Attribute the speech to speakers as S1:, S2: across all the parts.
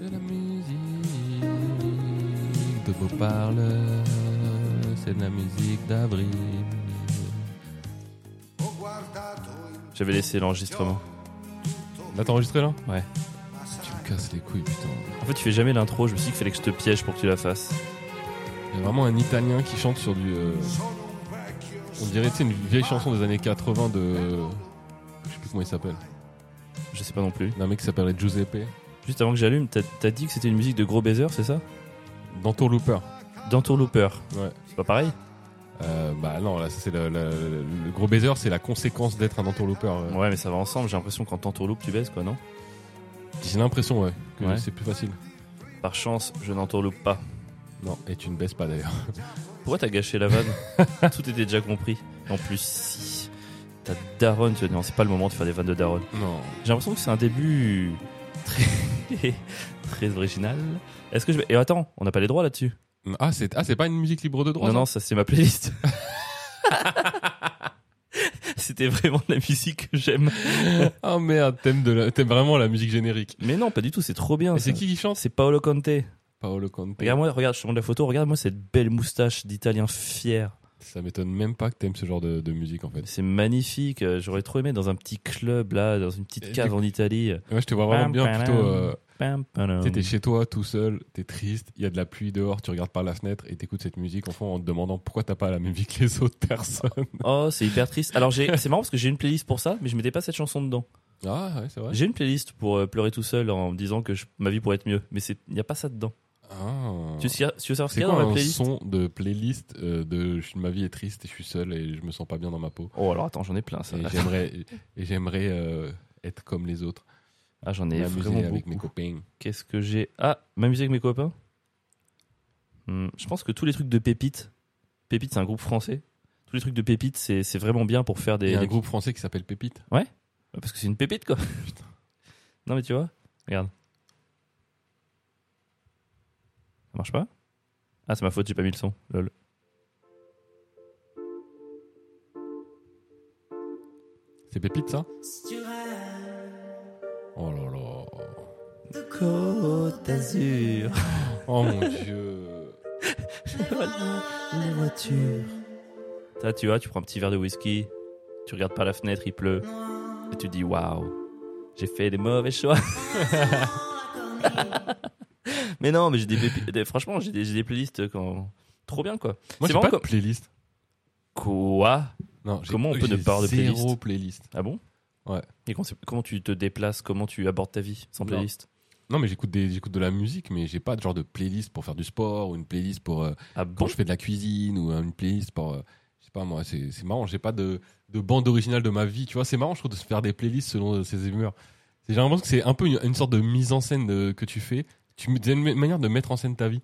S1: de la musique de Beauparleur, c'est de la musique d'avril.
S2: J'avais laissé l'enregistrement.
S1: Là, t'as enregistré là Ah,
S2: Ouais.
S1: Tu me casses les couilles, putain.
S2: En fait, tu fais jamais l'intro. Je me suis dit qu'il fallait que je te piège pour que tu la fasses.
S1: Il y a vraiment un Italien qui chante sur du. euh, on dirait, tu sais, une vieille chanson des années 80 de. Je sais plus comment il s'appelle.
S2: Je sais pas non plus.
S1: D'un mec qui s'appelait Giuseppe.
S2: Juste avant que j'allume, t'as t'as dit que c'était une musique de gros baiser, c'est ça
S1: Dans Tour Looper.
S2: Dans ton looper.
S1: Ouais.
S2: C'est pas pareil
S1: Euh, bah non, là, ça, c'est le, le- le- le gros baiser, c'est la conséquence d'être un entourlooper. euh.
S2: Ouais, mais ça va ensemble. J'ai l'impression qu'en t'entourloupe, tu baises, quoi, non
S1: J'ai l'impression, ouais, que
S2: Ouais.
S1: c'est plus facile.
S2: Par chance, je n'entourloupe pas.
S1: Non, et tu ne baisses pas d'ailleurs.
S2: Pourquoi t'as gâché la vanne Tout était déjà compris. En plus, si. T'as Daron, tu vas dire, non, c'est pas le moment de faire des vannes de Daron.
S1: Non.
S2: J'ai l'impression que c'est un début très, très original. Est-ce que je vais... Et attends, on n'a pas les droits là-dessus.
S1: Ah, c'est ah, c'est pas une musique libre de droit
S2: Non,
S1: ça
S2: non, ça c'est ma playlist. C'était vraiment de la musique que j'aime.
S1: Ah merde, t'aimes de la- t'aimes vraiment la musique générique.
S2: Mais non, pas du tout, c'est trop bien.
S1: Et c'est
S2: ça.
S1: qui qui chante
S2: C'est Paolo Conte.
S1: Paolo Conte.
S2: Regarde-moi, regarde, je te montre la photo, regarde-moi cette belle moustache d'Italien fier.
S1: Ça m'étonne même pas que t'aimes ce genre de, de musique en fait.
S2: C'est magnifique, euh, j'aurais trop aimé dans un petit club là, dans une
S1: Et
S2: petite cave
S1: tu-
S2: en Italie.
S1: Moi, je te vois vraiment
S2: Pam,
S1: bien
S2: pam,
S1: plutôt. euh,
S2: Pam,
S1: tu
S2: pam.
S1: sais, t'es chez toi tout seul, t'es triste, il y a de la pluie dehors, tu regardes par la fenêtre et t'écoutes cette musique en fond en te demandant pourquoi t'as pas la même vie que les autres personnes.
S2: Oh, c'est hyper triste. Alors j'ai- c'est marrant parce que j'ai une playlist pour ça, mais je mettais pas cette chanson dedans.
S1: Ah ouais, c'est vrai.
S2: J'ai une playlist pour euh, pleurer tout seul en me disant que je- ma vie pourrait être mieux, mais c'est- il n'y a pas ça dedans.
S1: Ah.
S2: Tu, sais- tu veux savoir ce
S1: C'est
S2: qu'il y a
S1: quoi
S2: dans ma
S1: un
S2: playlist
S1: son de playlist euh, de je- ma vie est triste et je suis seul et je me sens pas bien dans ma peau
S2: Oh alors attends, j'en ai plein ça.
S1: et j'aimerais et j'aimerais euh, être comme les autres
S2: Ah j'en ai
S1: m'amuser
S2: vraiment
S1: avec
S2: beaucoup.
S1: mes copains
S2: Qu'est-ce que j'ai Ah, m'amuser avec mes copains Hmm, Je pense que tous les trucs de Pépite, Pépite c'est un groupe français, tous les trucs de Pépite c'est c'est vraiment bien pour faire
S1: et,
S2: des...
S1: un
S2: des-
S1: groupe français qui s'appelle Pépite
S2: Parce que c'est une pépite quoi. Non mais tu vois, regarde. Ça marche pas Ah c'est ma faute, j'ai pas mis le son. Lol.
S1: c'est Pépite ça oh là là
S2: Côte d'Azur.
S1: oh mon dieu
S2: les voitures. Ça, tu vois, tu prends un petit verre de whisky, tu regardes par la fenêtre, il pleut, et tu dis waouh, j'ai fait des mauvais choix. mais non, mais j'ai des, pépi- des- franchement, j'ai des, j'ai des playlists euh, quand trop bien quoi.
S1: moi
S2: C'est
S1: j'ai
S2: marrant
S1: pas de
S2: comme-
S1: playlist
S2: Quoi
S1: non, j'ai-
S2: Comment on peut
S1: j'ai
S2: ne pas avoir de
S1: zéro playlist
S2: Ah bon
S1: Ouais.
S2: Et comment, c'est- comment tu te déplaces, comment tu abordes ta vie sans
S1: Non.
S2: playlist
S1: non mais j'écoute des j'écoute de la musique mais j'ai pas de genre de playlist pour faire du sport ou une playlist pour euh,
S2: Ah
S1: quand
S2: bon
S1: je fais de la cuisine ou une playlist pour euh, je sais pas moi c'est c'est marrant j'ai pas de, de bande originale de ma vie tu vois c'est marrant je trouve de se faire des playlists selon euh, ses humeurs c'est j'ai l'impression que c'est un peu une, une sorte de mise en scène de- que tu fais tu me- c'est une ma- manière de mettre en scène ta vie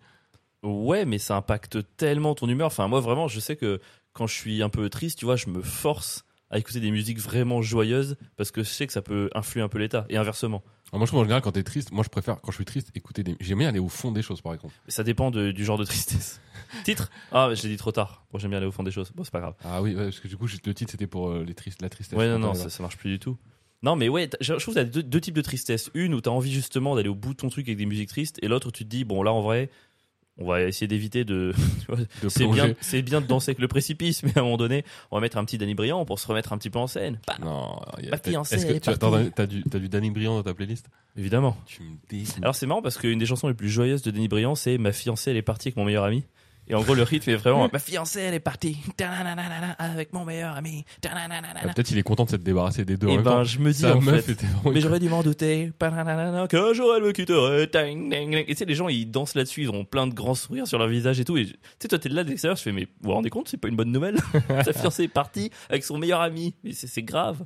S2: Ouais, mais ça impacte tellement ton humeur. Enfin, moi, vraiment, je sais que quand je suis un peu triste, tu vois, je me force à écouter des musiques vraiment joyeuses parce que je sais que ça peut influer un peu l'état et inversement.
S1: Alors Ah, moi je trouve en général quand t'es triste moi je préfère quand je suis triste écouter des j'aime bien aller au fond des choses par exemple
S2: Ça dépend de- du genre de tristesse. Titre Ah, je l'ai dit trop tard. Bon, j'aime bien aller au fond des choses. Bon, c'est pas grave.
S1: ah oui ouais, parce que du coup j'ai- le titre c'était pour euh, les tristes la tristesse
S2: Ouais, non, non,
S1: Attends,
S2: ça, ça marche plus du tout. Non, mais ouais, t'as- je je trouve que t'as deux, deux types de tristesse. Une où t'as envie justement d'aller au bout de ton truc avec des musiques tristes et l'autre où tu te dis, bon, là, en vrai, on va essayer d'éviter de,
S1: euh, de
S2: C'est
S1: plonger.
S2: bien, c'est bien de danser avec le précipice, mais à un moment donné, on va mettre un petit Danny Briand pour se remettre un petit peu en scène. Bah,
S1: non il y a-
S2: Ma fiancée,
S1: est-ce que
S2: elle est
S1: tu
S2: partie.
S1: attends, t'as du t'as du Danny Briand dans ta playlist Ah,
S2: évidemment.
S1: tu me dégoûtes
S2: Alors c'est marrant parce qu'une des chansons les plus joyeuses de Danny Briand, c'est Ma fiancée, elle est partie avec mon meilleur ami. Et en gros, le rythme est
S1: Mm.
S2: vraiment Ma fiancée, elle est partie ta-na-na-na-na, avec mon meilleur ami. ta-na-na-na-na.
S1: Ah, peut-être il est content de s'être débarrassé des deux en
S2: Et
S1: même temps.
S2: ben, je me dis
S1: Sa
S2: en
S1: meuf
S2: fait.
S1: était vraiment
S2: Mais j'aurais dû m'en douter. pa-na-na-na-na, Qu'un jour elle me quitterait. Tang, tang, tang. Et tu sais, les gens ils dansent là-dessus, ils ont plein de grands sourires sur leur visage et tout. Et je- tu sais, toi t'es là de l'extérieur, je fais, mais vous vous rendez compte, c'est pas une bonne nouvelle. Sa fiancée est partie avec son meilleur ami. Mais c'est- c'est grave.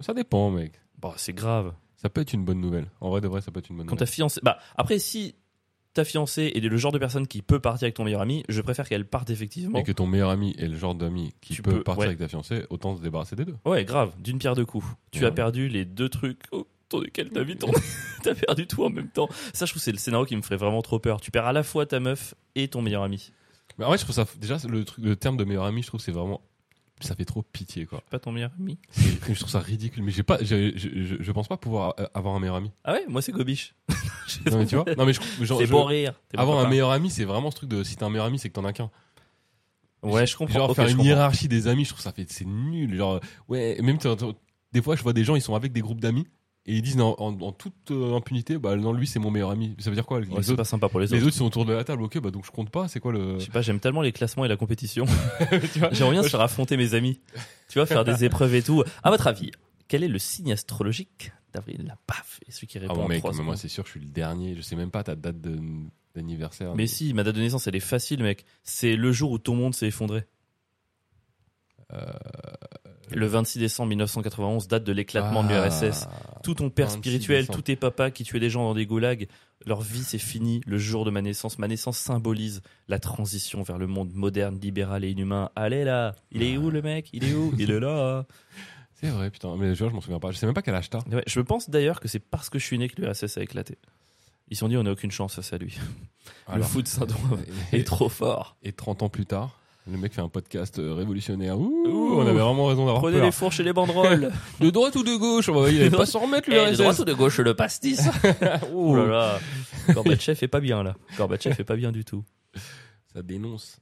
S1: Ça dépend, mec.
S2: Bah, c'est grave.
S1: Ça peut être une bonne nouvelle. En vrai, de vrai, ça peut être une bonne
S2: Quand ta
S1: nouvelle.
S2: fiancée. Bah, après, si ta fiancée est le genre de personne qui peut partir avec ton meilleur ami, je préfère qu'elle parte effectivement.
S1: Et que ton meilleur ami est le genre d'ami qui
S2: Tu
S1: peut
S2: peux-
S1: partir
S2: ouais.
S1: avec ta fiancée, autant se débarrasser des deux.
S2: Ouais, grave, d'une pierre deux coups. Tu
S1: Ouais.
S2: as perdu les deux trucs autour desquels t'as mis ton. t'as perdu tout en même temps. Ça, je trouve que c'est le scénario qui me ferait vraiment trop peur. Tu perds à la fois ta meuf et ton meilleur ami.
S1: Mais en vrai, je trouve ça. Déjà, le, truc, le terme de meilleur ami, je trouve que c'est vraiment. Ça fait trop pitié, quoi.
S2: Pas ton meilleur ami
S1: je trouve ça ridicule. Mais j'ai pas, j'ai- je, je- je pense pas pouvoir euh, avoir un meilleur ami.
S2: Ah ouais, moi c'est Gobiche.
S1: Non, mais tu vois Non, mais je, genre,
S2: C'est
S1: je-
S2: bon rire. C'est bon
S1: avoir un
S2: papa.
S1: meilleur ami, c'est vraiment ce truc de si t'as un meilleur ami, c'est que t'en as qu'un.
S2: Ouais, je comprends.
S1: Genre
S2: Ok,
S1: faire
S2: je
S1: une
S2: comprends.
S1: hiérarchie des amis, je trouve ça fait c'est nul. Genre ouais, même t'as- t'as- des fois je vois des gens ils sont avec des groupes d'amis et ils disent en, en- en toute euh, impunité bah non lui c'est mon meilleur ami. Ça veut dire quoi les,
S2: Ouais, c'est
S1: autres,
S2: pas sympa pour les
S1: les
S2: autres.
S1: autres, ils sont autour de la table, ok bah donc je compte pas. C'est quoi le
S2: Je sais pas, j'aime tellement les classements et la compétition.
S1: tu vois
S2: J'aimerais bien se faire affronter mes amis. Tu vois, faire des épreuves et tout. À votre avis, quel est le signe astrologique d'avril Paf Et celui qui
S1: Ah
S2: répond
S1: bon
S2: en
S1: mec,
S2: trois
S1: mais moi
S2: secondes.
S1: c'est sûr je suis le dernier. Je sais même pas ta date de- d'anniversaire.
S2: Mais si, ma date de naissance, elle est facile, mec. C'est le jour où ton monde s'est effondré.
S1: Euh,
S2: Le 26 décembre 1991, date de l'éclatement de
S1: Ah.
S2: l'URSS. Tout ton père
S1: 26
S2: spirituel,
S1: décembre.
S2: tous tes papas qui tuaient des gens dans des goulags, leur vie c'est fini le jour de ma naissance. Ma naissance symbolise la transition vers le monde moderne, libéral et inhumain. Allez là, il est où le mec Il est où Il est là.
S1: C'est vrai putain. Mais je, je m'en souviens pas. Je sais même pas quel âge t'as.
S2: Ouais, je pense d'ailleurs que c'est parce que je suis né que l'URSS a éclaté. Ils se sont dit on n'a aucune chance face à lui. le
S1: Alors.
S2: foot euh, syndrome
S1: Et-
S2: est trop fort.
S1: Et 30 ans plus tard, le mec fait un podcast euh, révolutionnaire. Ouh,
S2: Ouh.
S1: on avait vraiment raison d'avoir
S2: Prenez
S1: peur.
S2: les fourches et les banderoles.
S1: De droite ou de gauche On va il allait pas s'en remettre
S2: Eh,
S1: le
S2: de Eh, droite ou de gauche le pastis
S1: Oh.
S2: Oh là là, Gorbatchev est pas bien là. Gorbatchev est pas bien du tout.
S1: Ça dénonce.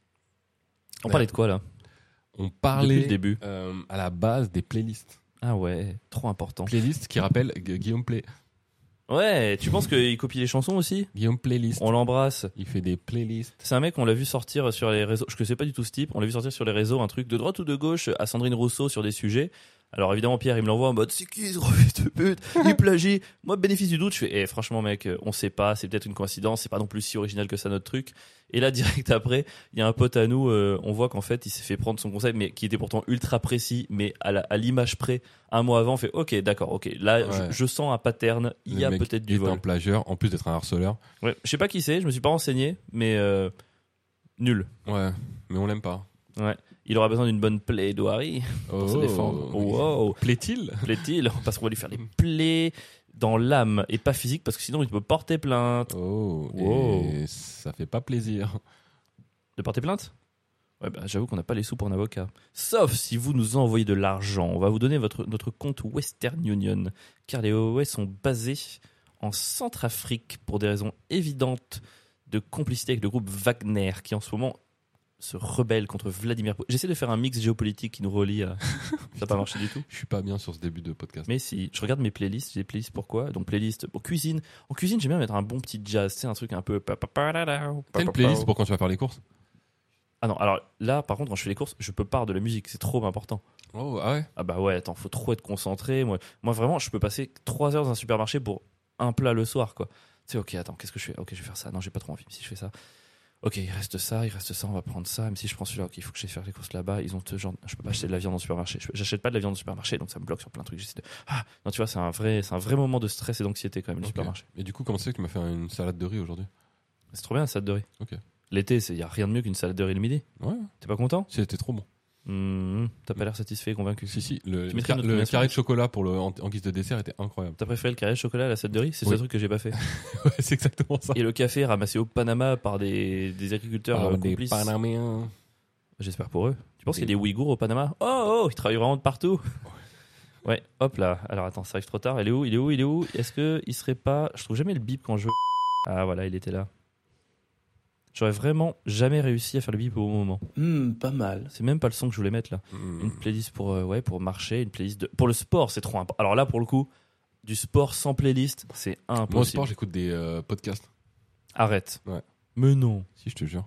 S2: On
S1: Ouais.
S2: parlait de quoi là
S1: On
S2: Depuis le
S1: parlait
S2: début.
S1: euh, à la base des playlists.
S2: Ah ouais, trop important.
S1: Playlists qui rappellent Gu- Guillaume Play.
S2: Ouais, tu penses qu'il copie les chansons aussi
S1: Guillaume Playlist.
S2: On l'embrasse.
S1: Il fait des playlists.
S2: C'est un mec, on l'a vu sortir sur les réseaux. Je ne sais pas du tout ce type. On l'a vu sortir sur les réseaux un truc de droite ou de gauche à Sandrine Rousseau sur des sujets. Alors évidemment, Pierre, il me l'envoie en mode C'est qui ce gros fils de pute Il plagie. Moi, bénéfice du doute, je fais eh, Franchement, mec, euh, on sait pas. C'est peut-être une coïncidence. C'est pas non plus si original que ça, notre truc. Et là, direct après, il y a un pote à nous. euh, on voit qu'en fait, il s'est fait prendre son conseil, mais qui était pourtant ultra précis, mais à la- à l'image près. Un mois avant, on fait Ok, d'accord, ok. Là, je-
S1: Ouais.
S2: je, sens un pattern. Il y
S1: Le
S2: a
S1: mec
S2: peut-être du
S1: est
S2: vol.
S1: un plagieur, en plus d'être un harceleur.
S2: Ouais, je sais pas qui c'est, je me suis pas renseigné, mais euh, nul.
S1: Ouais, mais on l'aime pas.
S2: Il aura besoin d'une bonne plaidoirie pour
S1: Oh.
S2: se défendre. Wow,
S1: Plaît-il
S2: plaît-il Parce qu'on va lui faire des plaies dans l'âme et pas physique, parce que sinon il peut porter plainte.
S1: Oh,
S2: Wow.
S1: et ça fait pas plaisir.
S2: De porter plainte Ouais, bah, j'avoue qu'on n'a pas les sous pour un avocat. Sauf si vous nous envoyez de l'argent. On va vous donner votre, notre compte Western Union, car les OOS sont basés en Centrafrique pour des raisons évidentes de complicité avec le groupe Wagner, qui en ce moment se rebelle contre Vladimir Poutine. J'essaie de faire un mix géopolitique qui nous relie à... Ça n'a pas marché du tout.
S1: Je suis pas bien sur ce début de podcast.
S2: Mais si, je regarde mes playlists, j'ai des playlists pourquoi Donc playlist en cuisine. En cuisine, j'aime bien mettre un bon petit jazz, c'est un truc un peu.
S1: T'as une playlist pour quand tu vas faire les courses
S2: Ah non, alors là, par contre, quand je fais les courses, je peux pas avoir de la musique, c'est trop important.
S1: Oh, ah ouais
S2: Ah bah ouais, attends, faut trop être concentré. Moi, moi vraiment, je peux passer 3 heures dans un supermarché pour un plat le soir, quoi. Tu sais, ok, attends, qu'est-ce que je fais Ok, je vais faire ça. Non, j'ai pas trop envie. Si je fais ça, ok, il reste ça, il reste ça, on va prendre ça. Même si je prends celui-là, ok, il faut que j'aille faire les courses là-bas. Ils ont ce genre. Je peux pas acheter de la viande en supermarché. Je- J'achète pas de la viande en supermarché, donc ça me bloque sur plein de trucs. J'essaie de. Ah, non, tu vois, c'est un vrai, c'est un vrai moment de stress et d'anxiété quand même le
S1: Ok.
S2: supermarché.
S1: Et du coup, comment c'est que tu m'as fait une salade de riz aujourd'hui
S2: C'est trop bien la salade de riz.
S1: Ok.
S2: L'été, c'est y a rien de mieux qu'une salade de riz le midi.
S1: Ouais,
S2: T'es pas content
S1: c'était trop bon.
S2: Hum, hum, T'as pas l'air satisfait, convaincu.
S1: Si, si, le,
S2: Tu mettrais
S1: le
S2: une
S1: le
S2: autre
S1: carré de chocolat pour le, en, en guise de dessert était incroyable.
S2: T'as préféré le carré de chocolat à la salade de riz C'est
S1: Oui.
S2: ce truc que j'ai pas fait.
S1: Ouais, c'est exactement ça.
S2: Et le café ramassé au Panama par des, des agriculteurs
S1: Par
S2: euh,
S1: Ah, des
S2: complices.
S1: Panaméens.
S2: J'espère pour eux. Tu penses
S1: Des-
S2: qu'il y a des Ouïghours au Panama Oh, oh, ils travaillent vraiment de partout. Ouais, hop là. Alors attends, ça arrive trop tard. Il est où Il est où Il est où Est-ce que il serait pas Je trouve jamais le bip quand je. Ah voilà, il était là. J'aurais vraiment jamais réussi à faire le bip au bon moment.
S3: Hmm, pas mal.
S2: C'est même pas le son que je voulais mettre là.
S1: Mm.
S2: Une playlist pour euh, ouais pour marcher, une playlist de... pour le sport, c'est trop important. Alors là pour le coup, du sport sans playlist, c'est impossible.
S1: Moi, au sport, j'écoute des euh, podcasts.
S2: Arrête.
S1: Ouais.
S2: Mais non.
S1: Si, je te jure.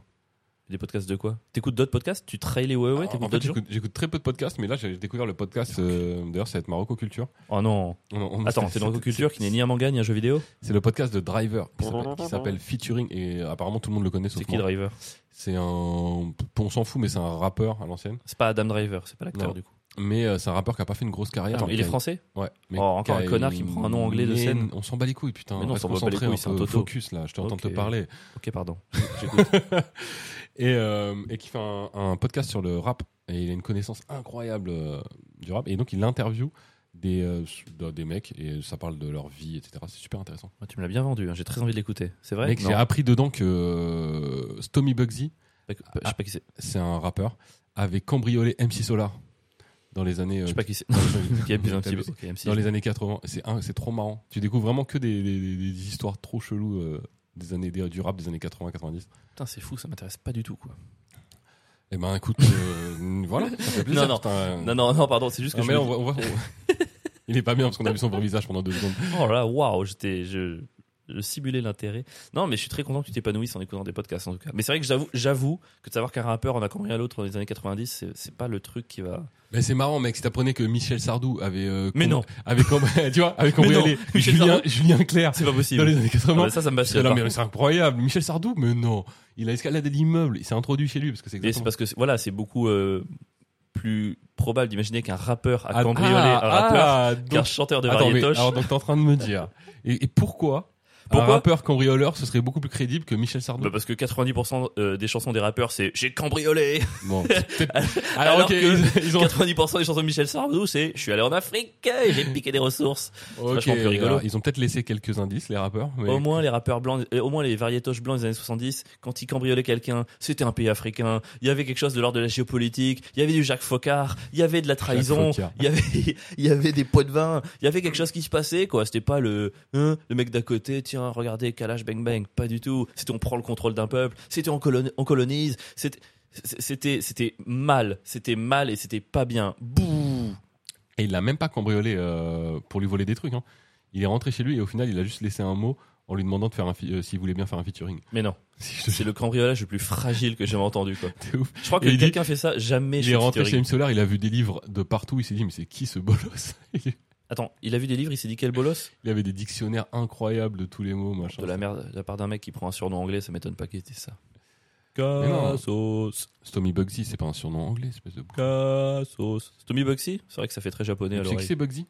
S2: Des podcasts de quoi T'écoutes d'autres podcasts Tu trailles les ouais ouais
S1: Alors, Ah, en
S2: T'écoutes
S1: fait,
S2: d'autres gens
S1: j'écoute j'écoute très peu de podcasts, mais là, j'ai découvert le podcast. euh, D'ailleurs, ça va être Marocco Culture.
S2: Oh non.
S1: On- on-
S2: Attends,
S1: c'est-
S2: t'es dans une
S1: c'est-
S2: culture qui n'est ni un manga ni un jeu vidéo
S1: C'est le podcast de Driver qui s'appelle- qui s'appelle Featuring et apparemment tout le monde le connaît. sauf
S2: C'est qui
S1: moi.
S2: Driver
S1: C'est un. On s'en fout, mais c'est un rappeur à l'ancienne.
S2: C'est pas Adam Driver, c'est pas
S1: Non.
S2: l'acteur du coup.
S1: Mais euh, c'est un rappeur qui a pas fait une grosse carrière.
S2: Attends,
S1: mais
S2: il est
S1: qui a-
S2: français
S1: Ouais. mais
S2: Oh, encore
S1: qui a
S2: un connard qui
S1: une-
S2: prend un nom anglais de
S1: mais
S2: scène.
S1: On s'en bat les couilles, putain.
S2: Mais non, on
S1: Reste
S2: s'en bat pas les
S1: concentré,
S2: couilles,
S1: un
S2: c'est un
S1: peu
S2: toto.
S1: Focus là, je t'entends
S2: Ok.
S1: te parler.
S2: Ok, pardon.
S1: Et, euh, et qui fait un, un podcast sur le rap. Et il a une connaissance incroyable euh, du rap. Et donc il interview des, euh, de- des mecs et ça parle de leur vie, etc. C'est super intéressant.
S2: Ah, tu me l'as bien vendu, hein, j'ai très envie de l'écouter. C'est vrai
S1: Mec,
S2: Non.
S1: j'ai appris dedans que euh, Stomy Bugsy, Ah,
S2: Je sais pas qui c'est.
S1: c'est un rappeur, avait cambriolé MC Solar. dans les années
S2: Je
S1: euh,
S2: sais pas qui c'est.
S1: dans
S2: Ok,
S1: les-
S2: plus un petit peu.
S1: dans
S2: Ok, M6.
S1: dans les années 80 c'est un- c'est trop marrant tu découvres vraiment que des, des- des- des histoires trop cheloues euh, des années des- du rap des années 80 90
S2: Putain, c'est fou, ça m'intéresse pas du tout quoi.
S1: et ben écoute euh, voilà ça fait plaisir
S2: Non, non.
S1: putain, euh,
S2: Non, non, non, pardon, c'est juste que
S1: non,
S2: je
S1: mais
S2: me
S1: on voit- on voit- on- il est pas bien parce qu'on a vu son bon visage pendant deux secondes
S2: Oh là, waouh, j'étais, je, je simulais l'intérêt. Non, mais je suis très content que tu t'épanouisses en écoutant des podcasts en tout cas. Mais c'est vrai que j'avoue, j'avoue que de savoir qu'un rappeur en a combien à l'autre dans les années 90, c'est, c'est pas le truc qui va.
S1: mais c'est marrant mec si t'apprenais que Michel Sardou avait euh,
S2: Mais
S1: com-
S2: non.
S1: avait com- tu vois avait compris
S2: non,
S1: les-
S2: Michel
S1: Julien
S2: Sardou.
S1: Julien Clerc
S2: C'est pas possible.
S1: dans les années
S2: Ah
S1: 80
S2: bah ça, ça me
S1: Ah
S2: passionne.
S1: non,
S2: par
S1: mais
S2: contre.
S1: c'est incroyable. Michel Sardou, mais non. Il a escaladé l'immeuble. Il s'est introduit chez lui parce que c'est
S2: Et c'est
S1: exactement.
S2: parce que c'est- voilà, c'est beaucoup euh, plus probable d'imaginer qu'un rappeur a
S1: Ah,
S2: cambriolé un
S1: ah,
S2: rappeur
S1: ah,
S2: qu'un
S1: donc,
S2: chanteur de
S1: attends, mais,
S2: variétoche.
S1: alors donc t'es en train de me dire. Et, et pourquoi, un
S2: Pourquoi
S1: rappeur cambrioleur ce serait beaucoup plus crédible que Michel Sardou
S2: Bah, parce que 90% euh, des chansons des rappeurs, c'est j'ai cambriolé.
S1: Bon, peut-être- alors,
S2: Alors
S1: ok,
S2: que
S1: ils, ils ont.
S2: 90% des chansons de Michel Sardou, c'est je suis allé en Afrique et j'ai piqué des ressources.
S1: ok,
S2: vachement plus rigolo.
S1: alors, ils ont peut-être laissé quelques indices les rappeurs. Mais...
S2: Au moins les rappeurs blancs, euh, au moins les variétoches blancs des années 70, quand ils cambriolaient quelqu'un, c'était un pays africain, il y avait quelque chose de l'ordre de la géopolitique, il y avait du Jacques Focard, il y avait de la trahison,
S1: Focard.
S2: il y avait il y avait des pots de vin, il y avait quelque chose qui se passait quoi, c'était pas le hein, le mec d'à côté, tiens, regardez Kalash Bang Bang, pas du tout, c'était on prend le contrôle d'un peuple, c'était on, colon- on colonise, c'était c'était c'était mal, c'était mal et c'était pas bien. Bouh.
S1: Et il l'a même pas cambriolé euh, pour lui voler des trucs. hein. Il est rentré chez lui et au final il a juste laissé un mot en lui demandant de faire un fi- euh, s'il voulait bien faire un featuring.
S2: Mais non,
S1: Si je
S2: c'est le cambriolage le plus fragile que j'ai jamais entendu quoi.
S1: te ouf.
S2: Je crois que
S1: Et il dit-
S2: quelqu'un fait ça jamais
S1: Il
S2: chez
S1: est rentré
S2: Featuring.
S1: chez M Solar, il a vu des livres de partout. Il s'est dit mais c'est qui ce bolos Il
S2: Attends, il a vu des livres, il s'est dit quel bolos
S1: Il avait des dictionnaires incroyables de tous les mots, machin.
S2: De la merde, de la part d'un mec qui prend un surnom anglais, ça m'étonne pas qu'il était ça.
S1: non.
S2: Cassos,
S1: Stomy Bugsy, c'est pas un surnom anglais, espèce de bouc.
S2: Cassos. Tommy Bugsy C'est vrai que ça fait très japonais à
S1: Tu sais que
S2: l'oreille.
S1: c'est Bugsy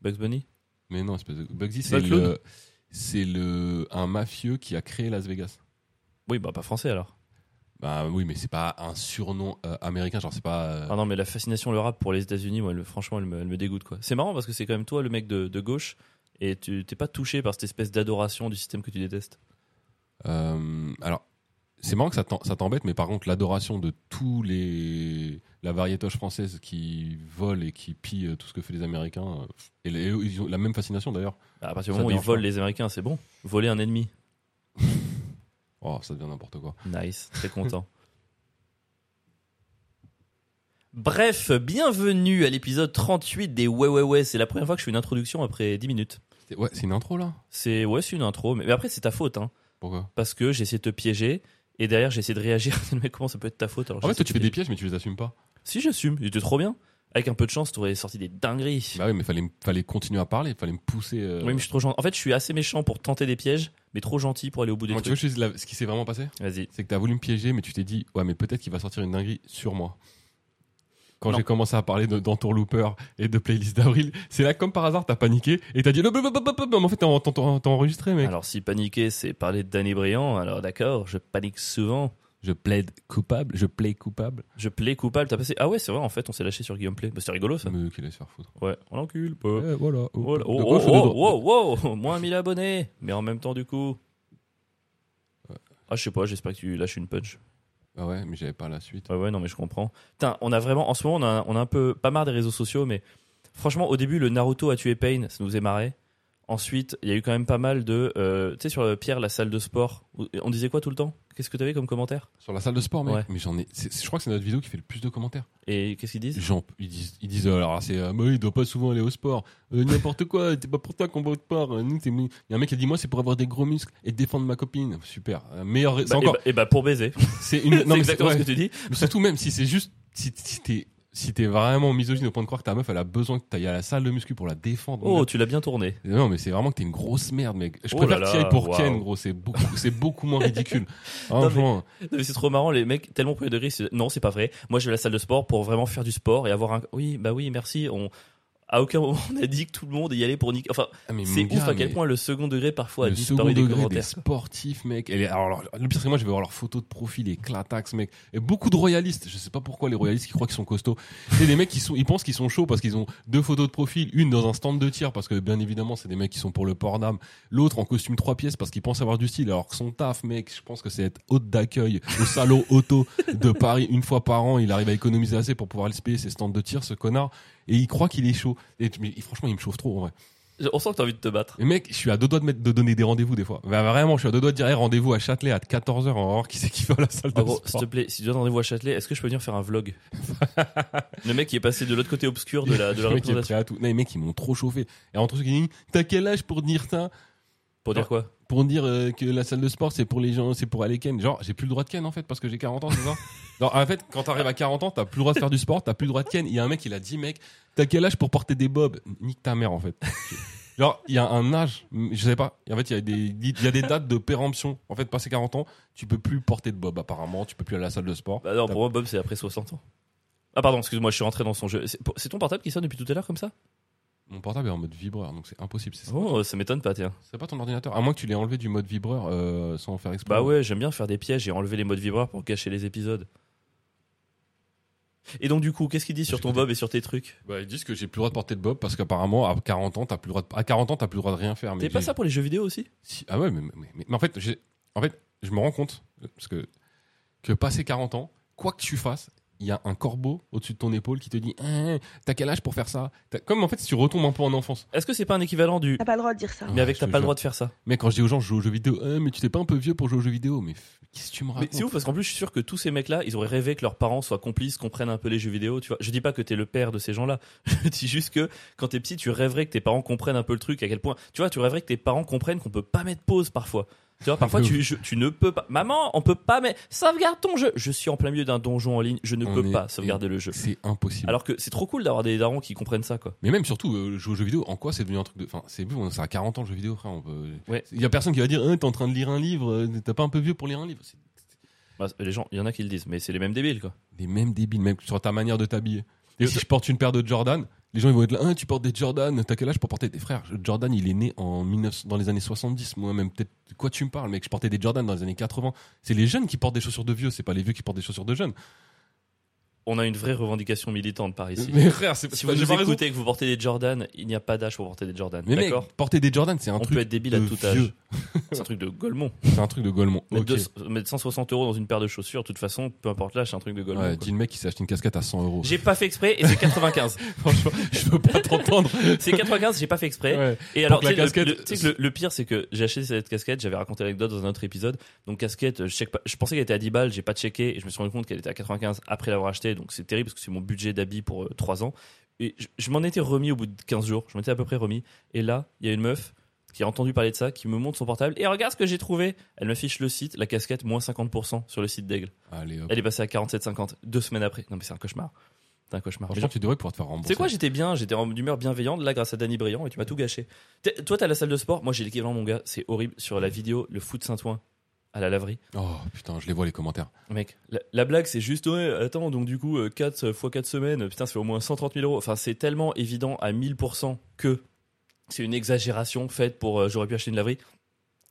S2: Bugs Bunny
S1: Mais non, espèce de Bugsy,
S2: C'est pas
S1: c'est
S2: Claude
S1: le, c'est le un mafieux qui a créé Las Vegas.
S2: Oui, bah pas français alors.
S1: Bah oui, mais c'est pas un surnom euh, américain, genre c'est pas. euh,
S2: Ah non, mais la fascination le rap pour les États-Unis, moi, elle- franchement, elle me, elle me dégoûte quoi. C'est marrant parce que c'est quand même toi le mec de, de gauche et tu t'es pas touché par cette espèce d'adoration du système que tu détestes.
S1: euh, alors, c'est marrant que ça t'en- ça t'embête, mais par contre, l'adoration de tous les la variétoche française qui vole et qui pille euh, tout ce que fait les Américains, euh, et les- ils ont la même fascination d'ailleurs.
S2: Bah, à partir
S1: Ça
S2: du moment où ils
S1: dérange
S2: volent
S1: pas.
S2: les Américains, c'est bon. Voler un ennemi.
S1: Oh, ça devient n'importe quoi.
S2: Nice, très content. Bref, bienvenue à l'épisode 38 des Ouais Ouais Ouais. C'est la première fois que je fais une introduction après 10 minutes.
S1: C'est- Ouais, c'est une intro là.
S2: C'est ouais, c'est une intro, mais, mais après c'est ta faute, hein,
S1: Pourquoi
S2: parce que j'ai essayé de te piéger et derrière j'ai essayé de réagir. mais comment ça peut être ta faute alors
S1: En fait,
S2: j'essaie
S1: toi,
S2: de
S1: tu fais
S2: te
S1: des
S2: piéger.
S1: pièges, mais tu les assumes pas.
S2: Si j'assume, il était trop bien. Avec un peu de chance, t'aurais sorti des dingueries.
S1: Bah oui, mais fallait, fallait continuer à parler, fallait me pousser. euh,
S2: Oui, mais je suis trop gentil. En fait, je suis assez méchant pour tenter des pièges, mais trop gentil pour aller au bout des
S1: Moi, tu veux
S2: trucs.
S1: que je te dise la- ce qui s'est vraiment passé
S2: Vas-y.
S1: C'est que t'as voulu me piéger, mais tu t'es dit, ouais, mais peut-être qu'il va sortir une dinguerie sur moi. Quand
S2: Non.
S1: j'ai commencé à parler de- d'Entourlooper et de playlist d'avril, c'est là que, comme par hasard, t'as paniqué et t'as dit, non, mais en fait, t'as en- t'en- t'en- t'as enregistré, mec.
S2: Alors si paniquer, c'est parler de Danny Briand, alors d'accord, je panique souvent.
S1: Je plaide coupable, je plais coupable.
S2: Je plais coupable, t'as passé. Ah ouais, c'est vrai, en fait, on s'est lâché sur Guillaume Play. Bah, c'est rigolo ça.
S1: Ça me laisse faire foutre.
S2: Ouais, on l'encule. pas.
S1: Eh, voilà. Oh,
S2: Oh,
S1: de
S2: là- oh,
S1: gauche
S2: oh,
S1: ou de
S2: oh,
S1: droite
S2: wow, wow, moins 1000 abonnés. Mais en même temps, du coup. Ah, je sais pas, j'espère que tu lâches une punch.
S1: Ah ouais, mais j'avais pas la suite.
S2: Ouais, ouais, non, mais je comprends. Putain, on a vraiment. En ce moment, on a, on a un peu pas marre des réseaux sociaux, mais franchement, au début, le Naruto a tué Pain, ça nous faisait marrer. Ensuite, il y a eu quand même pas mal de. euh, tu sais, sur euh, Pierre, la salle de sport, où- on disait quoi tout le temps Qu'est-ce que t'avais comme commentaire
S1: Sur la salle de sport, mec.
S2: Ouais.
S1: Mais j'en ai. c'est- Je crois que c'est notre vidéo qui fait le plus de commentaires.
S2: Et qu'est-ce qu'ils disent
S1: J'en- ils disent, ils disent, euh, alors c'est, euh, bah oui, il doit pas souvent aller au sport, Euh, n'importe quoi, c'est pas pour toi qu'on va au sport. Euh, nous, c'est- Il y a un mec qui a dit, moi c'est pour avoir des gros muscles et défendre ma copine. Super, Euh, meilleur. c'est
S2: Bah,
S1: encore,
S2: et, bah, et bah, pour baiser.
S1: c'est une.
S2: C'est
S1: non, mais
S2: exactement
S1: ouais.
S2: ce que tu dis.
S1: Mais surtout même si c'est juste, si, si t'es, si t'es vraiment misogyne au point de croire que ta meuf elle a besoin que t'ailles à la salle de muscu pour la défendre.
S2: Oh, tu l'as bien tourné.
S1: Non mais c'est vraiment que t'es une grosse merde mec. Je
S2: Oh
S1: préfère
S2: là
S1: que t'y
S2: là,
S1: ailles pour
S2: waouh.
S1: Ken gros, c'est beaucoup, c'est beaucoup moins ridicule. Franchement,
S2: Non, mais C'est trop marrant, les mecs tellement pris de risques. Non, c'est pas vrai. Moi, je vais à la salle de sport pour vraiment faire du sport et avoir un. Oui, bah oui, merci. On... à aucun moment on a dit que tout le monde y allait pour niquer. Enfin,
S1: Ah, mais
S2: c'est
S1: mon gars,
S2: ouf à quel
S1: mais
S2: point le second degré parfois a
S1: le second
S2: disparu des
S1: degré des
S2: commentaires.
S1: sportifs, mec. Et les- alors, leur- le pire, c'est que moi, je vais voir leurs photos de profil, les clatax, mec. Et beaucoup de royalistes. Je sais pas pourquoi les royalistes qui croient qu'ils sont costauds. C'est des mecs qui sont, ils pensent qu'ils sont chauds parce qu'ils ont deux photos de profil, une dans un stand de tir parce que, bien évidemment, c'est des mecs qui sont pour le port d'armes. L'autre en costume trois pièces parce qu'ils pensent avoir du style. Alors que son taf, mec, je pense que c'est être hôte d'accueil au salon auto de Paris une fois par an. Il arrive à économiser assez pour pouvoir aller se payer ses stands de tir, ce connard. Et il croit qu'il est chaud. Et tu- mais franchement, il me chauffe trop, en vrai.
S2: On sent que t'as envie de te battre.
S1: Et mec, je suis à deux doigts de, mettre- de donner des rendez-vous des fois. Bah, vraiment, je suis à deux doigts de dire hey, rendez-vous à Châtelet à 14h. On va voir qui c'est qui va à la salle de
S2: En gros, s'il
S1: sport.
S2: te plaît, si tu donnes rendez-vous à Châtelet, est-ce que je peux venir faire un vlog Le mec qui est passé de l'autre côté obscur de la, de la
S1: Le mec, il est
S2: représentation.
S1: prêt à tout. Non, les mecs, ils m'ont trop chauffé. Et entre ceux qui disent T'as quel âge pour dire ça
S2: Pour dire quoi
S1: Pour dire euh, que la salle de sport, c'est pour les gens, c'est pour aller ken. Genre, j'ai plus le droit de ken en fait, parce que j'ai 40 ans, c'est ça Non, en fait, quand t'arrives à 40 ans, t'as plus le droit de faire du sport, t'as plus le droit de ken. Il y a un mec, il a dit Mec, t'as quel âge pour porter des bobs Nique ta mère en fait. Genre, il y a un âge, je sais pas. En fait, il y a des, il y a des dates de péremption. En fait, passé 40 ans, tu peux plus porter de bob, apparemment. Tu peux plus aller à la salle de sport.
S2: Bah non, pour moi, Bob, c'est après 60 ans. Ah, pardon, excuse-moi, je suis rentré dans son jeu. C'est c'est ton portable qui sonne depuis tout à l'heure comme ça
S1: Mon portable est en mode vibreur, donc c'est impossible. C'est
S2: Oh, ça m'étonne pas, tiens.
S1: c'est pas ton ordinateur. À moins que tu l'aies enlevé du mode vibreur euh, sans faire exprès.
S2: Bah ouais, j'aime bien faire des pièges et enlever les modes vibreurs pour cacher les épisodes. Et donc, du coup, qu'est-ce qu'il dit sur ton
S1: J'écoutais.
S2: Bob et sur tes trucs
S1: Bah, ils disent que j'ai plus le droit de porter de bob parce qu'apparemment, à 40 ans, t'as plus le droit de, à 40 ans, t'as plus le droit de rien faire. mais
S2: T'es pas
S1: j'ai-
S2: ça pour les jeux vidéo aussi
S1: Si- ah ouais, mais, mais- mais- mais en fait, j'ai- en fait, je me rends compte euh, parce que que passé 40 ans, quoi que tu fasses, il y a un corbeau au-dessus de ton épaule qui te dit Hein, t'as quel âge pour faire ça T'as- Comme en fait, si tu retombes un peu en enfance.
S2: Est-ce que c'est pas un équivalent du.
S3: T'as pas le droit de dire ça.
S1: Ah,
S2: Mais avec
S1: je
S2: t'as
S1: te
S2: pas le
S1: jure.
S2: droit de faire ça
S1: Mais quand je dis aux gens, je joue aux jeux vidéo, Hein, mais tu t'es pas un peu vieux pour jouer aux jeux vidéo Mais f- qu'est-ce que tu me
S2: Mais
S1: racontes
S2: c'est ouf parce qu'en plus, je suis sûr que tous ces mecs-là, ils auraient rêvé que leurs parents soient complices, comprennent un peu les jeux vidéo, tu vois. Je dis pas que t'es le père de ces gens-là. Je dis juste que quand t'es petit, tu rêverais que tes parents comprennent un peu le truc, à quel point. Tu vois, tu rêverais que tes parents comprennent qu'on peut pas mettre pause parfois. Tu vois, parfois,
S1: de
S2: tu, je- tu ne peux pas. Maman, on peut pas mettre. Sauvegarde ton jeu Je suis en plein milieu d'un donjon en ligne, je ne
S1: On
S2: peux
S1: est-
S2: pas sauvegarder le jeu.
S1: C'est impossible.
S2: Alors que c'est trop cool d'avoir des darons qui comprennent ça, quoi.
S1: Mais même surtout, euh, jouer aux jeux vidéo, en quoi c'est devenu un truc de. Enfin, c'est plus, on c'est à 40 ans le jeu vidéo, frère. On peut...
S2: Ouais.
S1: Il y a personne qui va dire, Hein, t'es en train de lire un livre, euh, t'as pas un peu vieux pour lire un livre C'est
S2: Bah, les gens, il y en a qui le disent, mais c'est les mêmes débiles, quoi.
S1: des mêmes débiles, même sur ta manière de t'habiller.
S2: Et
S1: si
S2: ça-
S1: je porte une paire de Jordan, les gens ils vont être là, Hein, tu portes des Jordan, t'as quel âge pour porter des frères je- Jordan, il est né en 1900, dans les années 70, moi même peut-être. De quoi tu me parles, mec Je portais des Jordan dans les années 80. C'est les jeunes qui portent des chaussures de vieux, c'est pas les vieux qui portent des chaussures de jeunes.
S2: On a une vraie revendication militante par ici.
S1: Mais frère, c'est
S2: Si
S1: pas-
S2: vous
S1: j'ai
S2: nous
S1: pas raison.
S2: écoutez et que vous portez des Jordan, il n'y a pas d'âge pour porter des Jordan.
S1: Mais mec,
S2: D'accord
S1: porter des Jordan, c'est un
S2: On
S1: truc.
S2: peut être débile à
S1: de
S2: tout âge.
S1: vieux.
S2: C'est un truc de Golemont.
S1: C'est un truc de Golemont.
S2: Mettre,
S1: Ok.
S2: 200 mettre 160 euros dans une paire de chaussures, de toute façon, peu importe l'âge, c'est un truc de Golemont.
S1: Ouais,
S2: quoi.
S1: dis le mec qui s'est acheté une casquette à 100 euros.
S2: J'ai pas fait exprès et c'est 95.
S1: Franchement, je peux pas t'entendre.
S2: c'est 95, j'ai pas fait exprès.
S1: Ouais.
S2: Et alors,
S1: que la
S2: tu sais, le-
S1: casquette-
S2: le, tu sais que le, le pire, c'est que j'ai acheté cette casquette, j'avais raconté l'anecdote dans un autre épisode. Donc, casquette, euh, je, check pas- je pensais qu'elle était à 10 balles, j'ai pas checké et je me suis rendu compte qu'elle était à 95 après l'avoir achetée. Donc, c'est terrible parce que c'est mon budget d'habit pour 3 ans. Et je, je m'en étais remis au bout de 15 jours, je m'étais à peu près remis. Et là, il y a une meuf qui a entendu parler de ça, qui me montre son portable et regarde ce que j'ai trouvé. Elle m'affiche le site, la casquette, moins 50% sur le site d'Aigle.
S1: Allez, hop.
S2: Elle est passée à 47,50 deux semaines après. Non, mais c'est un cauchemar. C'est un cauchemar.
S1: Franchement, tu devrais pouvoir te faire rembourser.
S2: C'est quoi, j'étais bien, j'étais en humeur bienveillante là grâce à Danny Briand et tu m'as tout gâché. T'es- toi, t'as la salle de sport, moi j'ai l'équivalent, mon gars, c'est horrible sur la vidéo, le foot Saint-Ouen à la laverie.
S1: Oh putain, je les vois les commentaires.
S2: Mec, la, la blague c'est juste, ouais, attends, donc du coup, 4 fois 4 semaines, euh, putain, ça fait au moins 130 000 euros. Enfin, c'est tellement évident à 1000% que c'est une exagération faite pour euh, j'aurais pu acheter une laverie.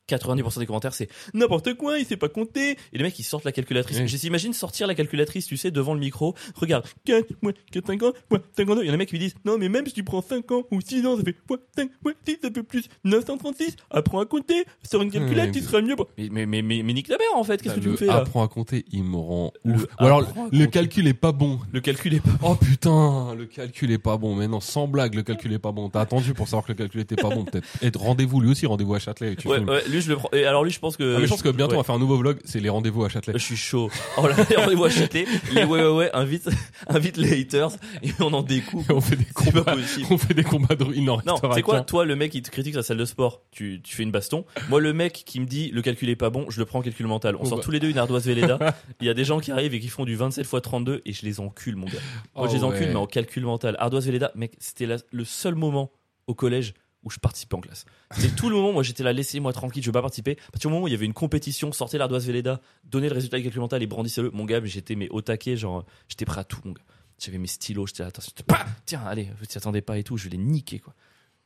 S2: 90% des commentaires c'est n'importe quoi, il sait pas compter. Et les mecs ils sortent la calculatrice.
S1: Oui.
S2: Je t'imagine sortir la calculatrice, tu sais, devant le micro. Regarde, 4 moins 4, 50 moins 52. Il y en a des mecs qui disent non, mais même si tu prends 5 ans ou 6 ans, ça fait moins 5 moins 6, ça fait plus 936. Apprends à compter, sors une calculette,
S1: Oui,
S2: tu
S1: mais-
S2: seras mieux. pour- Ah, Bah, ah, Mais, mais, mais, mais, mais nique ta mère en fait, qu'est-ce que tu
S1: Bah,
S2: me
S1: Le
S2: fais là
S1: Apprends à compter, il me rend
S2: Le
S1: ouf. Ou alors,
S2: apprends à
S1: le
S2: compter.
S1: calcul est pas bon.
S2: Le calcul est pas.
S1: Oh putain, le calcul est pas bon. Mais non, sans blague, le calcul est pas bon. T'as attendu pour savoir que le calcul était pas bon, peut-être. Et rendez-vous, lui aussi, rendez-vous à Châtelet. et tu
S2: Ouais,
S1: filmes.
S2: ouais, lui je le prends. Et alors lui je pense que.
S1: Ah, mais je pense que bientôt,
S2: Ouais.
S1: on va faire un nouveau vlog. C'est les rendez-vous à Châtelet.
S2: Je suis chaud. Oh là, on les voit acheter. Les ouais ouais ouais invite, invite les haters et on en découpe.
S1: on fait des
S2: Euh, C'est pas
S1: combats.
S2: possible.
S1: On fait des combats de ruines. il n'en
S2: Non,
S1: restera
S2: c'est quoi
S1: qu'un.
S2: Toi, le mec, il te critique la salle de sport. Tu, tu fais une baston. Moi, le mec qui me dit le calcul est pas bon, je le prends en calcul mental. On
S1: Oh
S2: sort
S1: bah.
S2: tous les deux une ardoise Velleda. Il y a des gens qui arrivent et qui font du 27 x 32 et je les encule, mon gars. Moi,
S1: Oh,
S2: je les encule,
S1: ouais.
S2: mais en calcul mental. Ardoise Velleda, mec, c'était la- le seul moment au collège où je participais en classe. C'était tout le moment, moi j'étais là, laissez-moi tranquille, je veux pas participer. À partir du moment où il y avait une compétition, sortez l'ardoise Velleda, donnez le résultat du calcul mental et brandissez-le. Mon gars, mais j'étais mais au taquet, genre, j'étais prêt à tout, mon gars. J'avais mes stylos, j'étais là, attention, Pah tiens, allez, vous t'y attendez pas et tout, je les niquer quoi.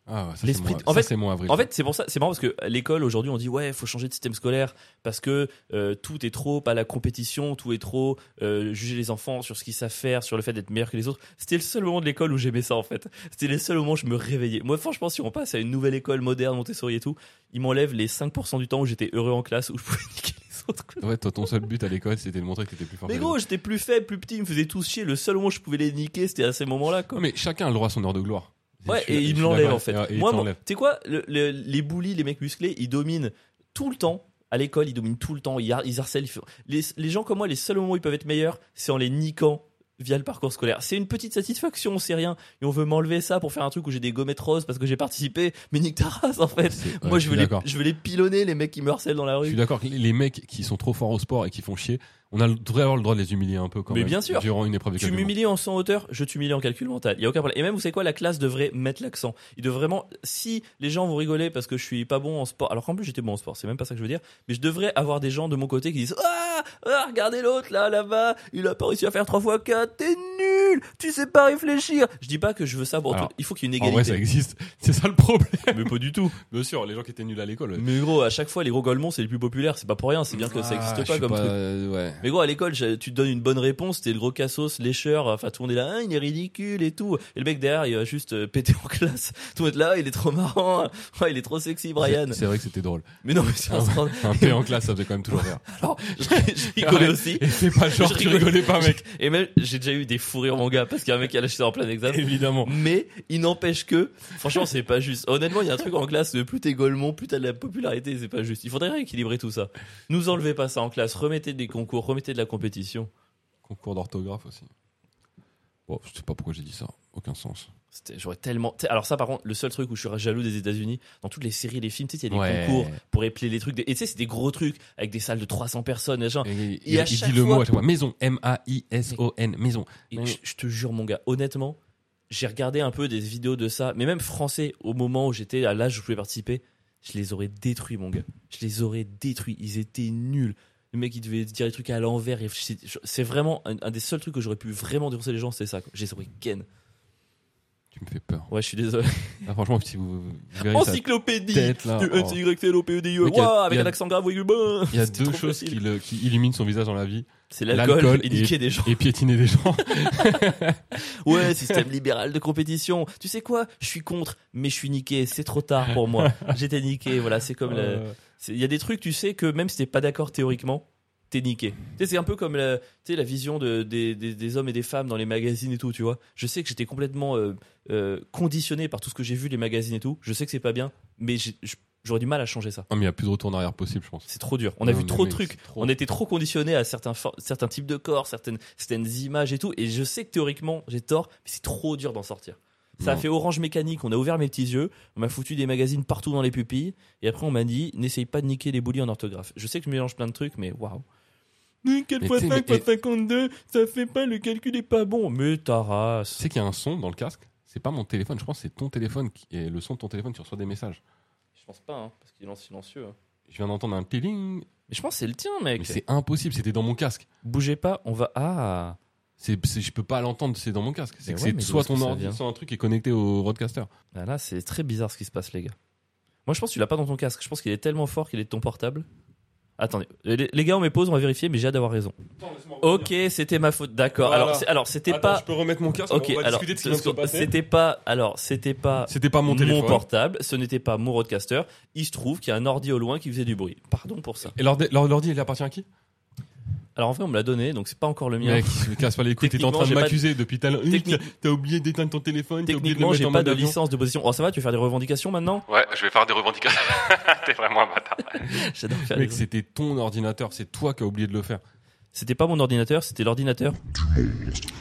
S1: Ah ouais, ça, c'est
S2: L'esprit-
S1: mon,
S2: en
S1: ça,
S2: fait-
S1: c'est mon avril.
S2: En fait, c'est pour ça, c'est marrant parce que à l'école aujourd'hui, on dit ouais, faut changer de système scolaire parce que euh, tout est trop à la compétition, tout est trop euh, juger les enfants sur ce qu'ils savent faire, sur le fait d'être meilleur que les autres. C'était le seul moment de l'école où j'aimais ça en fait. C'était les seuls moments où je me réveillais. Moi, franchement, si on passe à une nouvelle école moderne, Montessori et tout, il m'enlève les 5% du temps où j'étais heureux en classe où je pouvais niquer les autres. quoi.
S1: Ouais, toi, ton seul but à l'école, c'était de montrer que t'étais plus fort.
S2: Mais
S1: que les
S2: gros, j'étais plus faible, plus petit, ils me faisaient tous chier. Le seul moment où je pouvais les niquer, c'était à ces moments-là quoi.
S1: Non, mais chacun a le droit à son heure de gloire.
S2: Ouais,
S1: je suis-
S2: et
S1: je
S2: il me
S1: suis
S2: l'enlève
S1: d'accord.
S2: en fait.
S1: Et- et il
S2: Moi,
S1: te
S2: mon-
S1: l'enlève.
S2: tu sais quoi le- le- Les bullies, les mecs musclés, ils dominent tout le temps. À l'école, ils dominent tout le temps. Ils, har- ils harcèlent. ils font- Les, les gens comme moi, les seuls moments où ils peuvent être meilleurs, c'est en les niquant via le parcours scolaire. C'est une petite satisfaction, on sait rien. Et on veut m'enlever ça pour faire un truc où j'ai des gommettes roses parce que j'ai participé. Mais nique ta race en fait.
S1: C'est- ouais,
S2: moi, je
S1: suis
S2: veux, les,
S1: d'accord.
S2: je veux les pilonner, les mecs qui me harcèlent dans la
S1: Je suis
S2: rue.
S1: d'accord que les- les mecs qui sont trop forts au sport et qui font chier, on a le- devrait avoir le droit de les humilier un peu quand
S2: Mais
S1: même.
S2: bien sûr.
S1: Durant une épreuve de
S2: Tu m'humilies en 100 hauteur, je t'humilie en calcul mental. Il y a aucun problème. Et même, vous savez quoi, la classe devrait mettre l'accent. Il devrait vraiment, si les gens vont rigoler parce que je suis pas bon en sport, alors qu'en plus j'étais bon en sport, c'est même pas ça que je veux dire, mais je devrais avoir des gens de mon côté qui disent Ah, ah, regardez l'autre là, là-bas, il a pas réussi à faire 3 fois 4, t'es nul, tu sais pas réfléchir. Je dis pas que je veux ça pour
S1: Alors,
S2: tout. Il faut qu'il y ait une
S1: En vrai, ça
S2: égalité.
S1: existe. C'est ça le problème.
S2: mais pas du tout.
S1: Bien sûr, les gens qui étaient nuls à l'école. ouais.
S2: Mais gros, à chaque fois, les gros golemons, c'est les plus populaires, c'est pas pour rien, c'est bien que ça
S1: Ah,
S2: existe
S1: je
S2: pas
S1: suis
S2: comme truc.
S1: euh, ouais.
S2: Mais gros, à l'école, j'ai- tu te donnes une bonne réponse, t'es le gros cassos, lécheur, enfin tout le monde est là, Ah, il est ridicule et tout. Et le mec derrière, il va juste euh, péter en classe. Tout le monde est là, Ah, il est trop marrant, Ah, il est trop sexy, Brian.
S1: C'est- C'est vrai que c'était drôle.
S2: Mais non, mais c'est un scandale.
S1: Ah Un P en classe, ça faisait quand même toujours rire.
S2: Alors, je- je rigolais
S1: Arrête.
S2: aussi.
S1: Et c'est pas genre,
S2: Je
S1: tu
S2: rigole.
S1: rigolais pas, mec.
S2: Et même, j'ai déjà eu des fous rires, mon gars, parce qu'il y a un mec qui a lâché ça en plein examen.
S1: Évidemment.
S2: Mais il n'empêche que, franchement, c'est pas juste. Honnêtement, il y a un truc en classe de plus t'es golemont, plus t'as de la popularité, c'est pas juste. Il faudrait rééquilibrer tout ça. Nous enlevez pas ça en classe, remettez des concours, remettez de la compétition.
S1: Concours d'orthographe aussi. Bon, je sais pas pourquoi j'ai dit ça. Aucun sens.
S2: C'était- J'aurais tellement. t'sais, Alors, ça, par contre, le seul truc où je serais jaloux des États-Unis, dans toutes les séries, les films, tu sais, il y a des
S1: Ouais.
S2: concours pour épeler les trucs. des- Et tu sais, c'est des gros trucs avec des salles de 300 personnes, machin.
S1: Et, il-
S2: et à
S1: il dit
S2: chaque
S1: le
S2: fois-
S1: mot à chaque fois. Maison. M-A-I-S-O-N. Maison.
S2: Et
S1: Mais-
S2: je je te jure, mon gars, honnêtement, j'ai regardé un peu des vidéos de ça, mais même français, au moment où j'étais à l'âge où je pouvais participer, je les aurais détruits, mon gars. Je les aurais détruits. Ils étaient nuls. Le mec, il devait dire les trucs à l'envers. et C'est c'est vraiment un, un des seuls trucs que j'aurais pu vraiment défoncer les gens, c'est ça. quoi. Je les aurais ken.
S1: Tu me fais peur.
S2: Ouais, je suis désolé.
S1: Ah, franchement, si vous, vous verrez sa
S2: Encyclopédie
S1: tête, là,
S2: du
S1: oh.
S2: NTYLOPEDIE.
S1: Mec, y a-
S2: Ouah, E. avec
S1: y a-
S2: un accent grave. oui, bah.
S1: Il y a
S2: C'était
S1: deux
S2: trop
S1: choses
S2: facile.
S1: qui, le- qui illuminent son visage dans la vie
S2: C'est
S1: l'alcool
S2: l'alcool et
S1: et-
S2: niquer des gens.
S1: et piétiner des gens.
S2: Ouais, système libéral de compétition. Tu sais quoi Je suis contre, mais je suis niqué. C'est trop tard pour moi. J'étais niqué. Voilà, c'est comme. la-
S1: Euh,
S2: c'est- Il y a des trucs, tu sais, que même si t'es pas d'accord théoriquement, t'es niqué. Tu sais, c'est un peu comme la, tu sais, la vision de, des, des- des hommes et des femmes dans les magazines et tout, tu vois. Je sais que j'étais complètement euh, euh, conditionné par tout ce que j'ai vu, les magazines et tout. Je sais que c'est pas bien, mais j'ai- j'aurais du mal à changer ça.
S1: Non, mais il n'y a plus de retour en arrière possible, je pense.
S2: C'est trop dur. On a
S1: Non,
S2: vu
S1: mais
S2: trop de
S1: mec,
S2: trucs.
S1: c'est trop.
S2: On était trop conditionné à certains, for- certains types de corps, certaines, certaines images et tout. Et je sais que théoriquement, j'ai tort, mais c'est trop dur d'en sortir. Ça a
S1: Non.
S2: fait orange mécanique, on a ouvert mes petits yeux, on m'a foutu des magazines partout dans les pupilles, et après on m'a dit n'essaye pas de niquer les boulis en orthographe. Je sais que je mélange plein de trucs, mais waouh. 4
S1: Mais fois t'sais, cinq mais- fois
S2: 52, ça fait pas, le calcul est pas bon. Mais ta race.
S1: Tu sais qu'il y a un son dans le casque C'est pas mon téléphone, je pense que c'est ton téléphone qui- et le son de ton téléphone, tu reçois des messages.
S2: Je pense pas, hein, parce qu'il est en silencieux. hein.
S1: Je viens d'entendre un piling,
S2: Mais je pense que c'est le tien, mec.
S1: mais c'est impossible, c'était dans mon casque.
S2: Bougez pas, on va. Ah
S1: C'est, c'est- je peux pas l'entendre, c'est dans mon casque. C'est
S2: Mais
S1: que
S2: ouais,
S1: c'est
S2: mais
S1: soit
S2: d'où est-ce que
S1: ton
S2: ça
S1: ordi,
S2: vient
S1: soit un truc qui est connecté au roadcaster.
S2: Ah là, c'est très bizarre ce qui se passe, les gars. Moi, je pense que tu l'as pas dans ton casque. Je pense qu'il est tellement fort qu'il est de ton portable. Attendez, Euh, les les gars, on met pause, on va vérifier, mais j'ai hâte d'avoir raison. Ok, c'était ma faute. D'accord.
S1: Voilà.
S2: Alors, c'est- alors, c'était pas.
S1: peux remettre mon casque,
S2: Ok, alors, c'était pas. Alors, c'était pas.
S1: C'était pas mon téléphone.
S2: portable, ce n'était pas mon roadcaster. Il se trouve qu'il y a un ordi au loin qui faisait du bruit. Pardon pour ça.
S1: Et l'ordi, l'or- l'ordi, il appartient à qui
S2: Alors en fait, on me l'a donné, donc c'est pas encore le mien.
S1: Mec, je me casse pas les couilles, t'étais en train de
S2: Techniquement,
S1: m'accuser depuis tout à l'heure. Hic,
S2: Technique-
S1: T'as oublié d'éteindre ton téléphone, t'as oublié de le
S2: Techniquement,
S1: mettre
S2: j'ai
S1: en
S2: pas
S1: mode
S2: de
S1: avion.
S2: licence de position. Oh, ça va, tu veux faire des revendications maintenant
S1: Ouais, je vais faire des revendications. T'es vraiment un bâtard.
S2: J'adore faire
S1: Mec,
S2: des...
S1: c'était ton ordinateur, c'est toi qui as oublié de le faire.
S2: C'était pas mon ordinateur, c'était l'ordinateur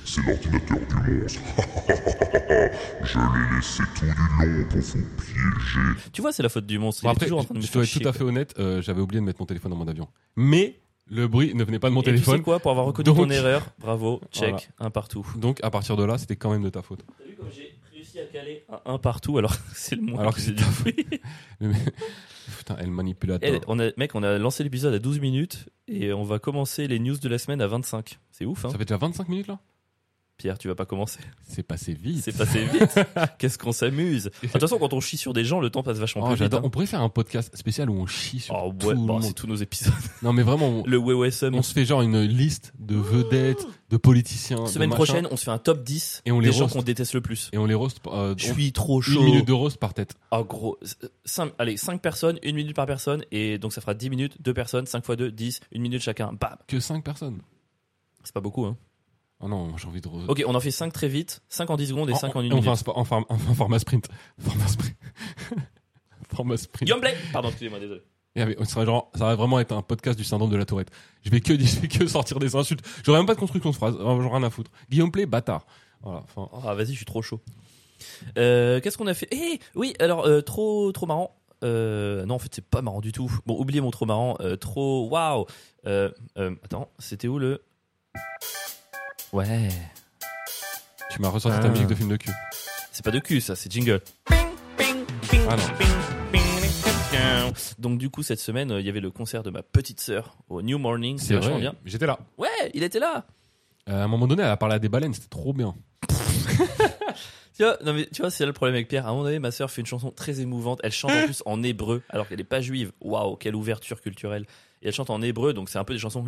S3: C'est l'ordinateur du monstre. Je l'ai laissé tout du long pour vous piéger.
S2: Tu vois, c'est la faute du monstre.
S1: Bon,
S2: il est
S1: après,
S2: toujours en train de me
S1: je
S2: faire
S1: dois être
S2: chier,
S1: tout à
S2: quoi.
S1: fait honnête, euh, j'avais oublié de mettre mon téléphone dans mon avion. Mais le bruit ne venait pas de mon
S2: Et tu sais
S1: téléphone,
S2: quoi, pour avoir reconnu
S1: Donc-
S2: ton erreur, bravo, check,
S1: Voilà.
S2: un partout.
S1: donc à partir de là, c'était quand même de ta faute.
S2: T'as vu comme j'ai réussi à caler un, un partout alors que c'est le moins.
S1: Alors que
S2: j'ai
S1: c'est
S2: dit.
S1: Putain, elle manipulateur.
S2: Eh, on a, mec, on a lancé l'épisode à 12 minutes et on va commencer les news de la semaine à 25. C'est ouf, hein
S1: Ça fait déjà 25 minutes là
S2: Pierre, tu vas pas commencer.
S1: C'est passé vite.
S2: C'est passé vite. Qu'est-ce qu'on s'amuse. De toute façon, quand on chie sur des gens, le temps passe vachement
S1: Oh,
S2: plus vite.
S1: j'adore.
S2: hein.
S1: On pourrait faire un podcast spécial où on chie sur
S2: Oh,
S1: tout
S2: ouais,
S1: le
S2: bah,
S1: monde.
S2: c'est tous nos épisodes.
S1: Non, mais vraiment, on,
S2: Le WSM.
S1: on se fait genre une liste de vedettes, de politiciens, de
S2: Semaine
S1: machins,
S2: prochaine, on se fait un top 10
S1: Et on
S2: des
S1: les
S2: gens
S1: roast.
S2: qu'on déteste le plus.
S1: et on les roast. euh,
S2: Je
S1: on-
S2: suis trop
S1: une
S2: chaud.
S1: minute de roast par tête.
S2: En gros, euh, cinq- allez, 5 personnes, 1 minute par personne, et donc ça fera 10 minutes, 2 personnes, 5 x 2, 10, 1 minute chacun. Bam
S1: Que 5 personnes.
S2: C'est pas beaucoup, hein.
S1: Oh non, moi, j'ai envie de roast.
S2: Ok, on en fait 5 très vite, 5 en 10 secondes et 5 en 1
S1: et
S2: minute.
S1: on fait un spo- en, form- en format sprint. Format sprint. format sprint.
S2: Gameplay Pardon, excusez-moi, désolé.
S1: Et avec- ça, va genre- ça va vraiment être un podcast du syndrome de la tourette. Je vais que, je vais que sortir des insultes. J'aurais même pas de construction de phrase. J'en ai rien à foutre. Guillaume Play, bâtard. Voilà. enfin,
S2: Ah, vas-y, je suis trop chaud. Euh, Qu'est-ce qu'on a fait Eh Oui, alors, euh, trop, trop marrant. Euh, non, en fait, c'est pas marrant du tout. Bon, oubliez mon trop marrant. euh, trop. Waouh Euh, euh, Attends, c'était où le. Ouais.
S1: tu m'as ressorti
S2: Ah.
S1: ta musique de film de cul.
S2: C'est pas de cul, ça, c'est jingle.
S1: Ah non.
S2: Donc du coup cette semaine euh, il y avait le concert de ma petite sœur au New Morning, c'est
S1: C'est
S2: vachement
S1: vrai.
S2: bien.
S1: J'étais là.
S2: Ouais, il était là.
S1: Euh, à un moment donné, elle a parlé à des baleines. C'était trop bien.
S2: Tu vois, non mais tu vois c'est là le problème avec Pierre. À un moment donné ma sœur fait une chanson très émouvante. Elle
S1: Hein
S2: chante en plus en hébreu alors qu'elle n'est pas juive. Waouh quelle ouverture culturelle. Et elle chante en hébreu donc c'est un peu des chansons.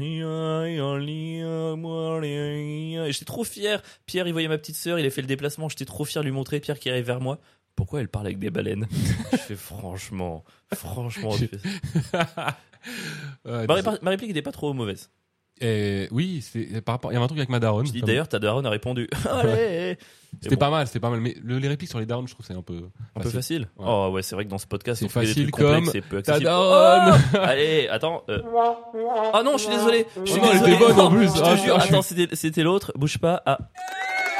S2: Et j'étais trop fier. Pierre il voyait ma petite sœur, il a fait le déplacement. J'étais trop fier de lui montrer. Pierre qui arrive vers moi. Pourquoi elle parle avec des baleines Je fais franchement, franchement. tu fais ça.
S1: Euh,
S2: Ma, répar- ma réplique n'était pas trop mauvaise.
S1: Et Euh, oui, c'est par rapport. Il y avait un truc avec ma daronne.
S2: Je dis
S1: comme-
S2: d'ailleurs, ta daronne a répondu. Allez
S1: C'était
S2: bon.
S1: pas mal, c'était pas mal. Mais le- les répliques sur les darons, je trouve que Ah, c'est un peu.
S2: Un peu
S1: facile.
S2: facile.
S1: Ouais.
S2: Oh ouais, c'est vrai que dans ce podcast,
S1: C'est
S2: on fait des
S1: facile
S2: trucs complexes
S1: comme
S2: et peu
S1: Ta
S2: accessibles.
S1: daronne
S2: Oh Allez, attends. euh. Ah non, je suis désolé. Je suis
S1: Oh non, elle
S2: désolé.
S1: était bonne en plus.
S2: Je te
S1: Ah,
S2: jure,
S1: putain, je suis-
S2: attends, c'était- c'était l'autre. Bouge pas. Ah.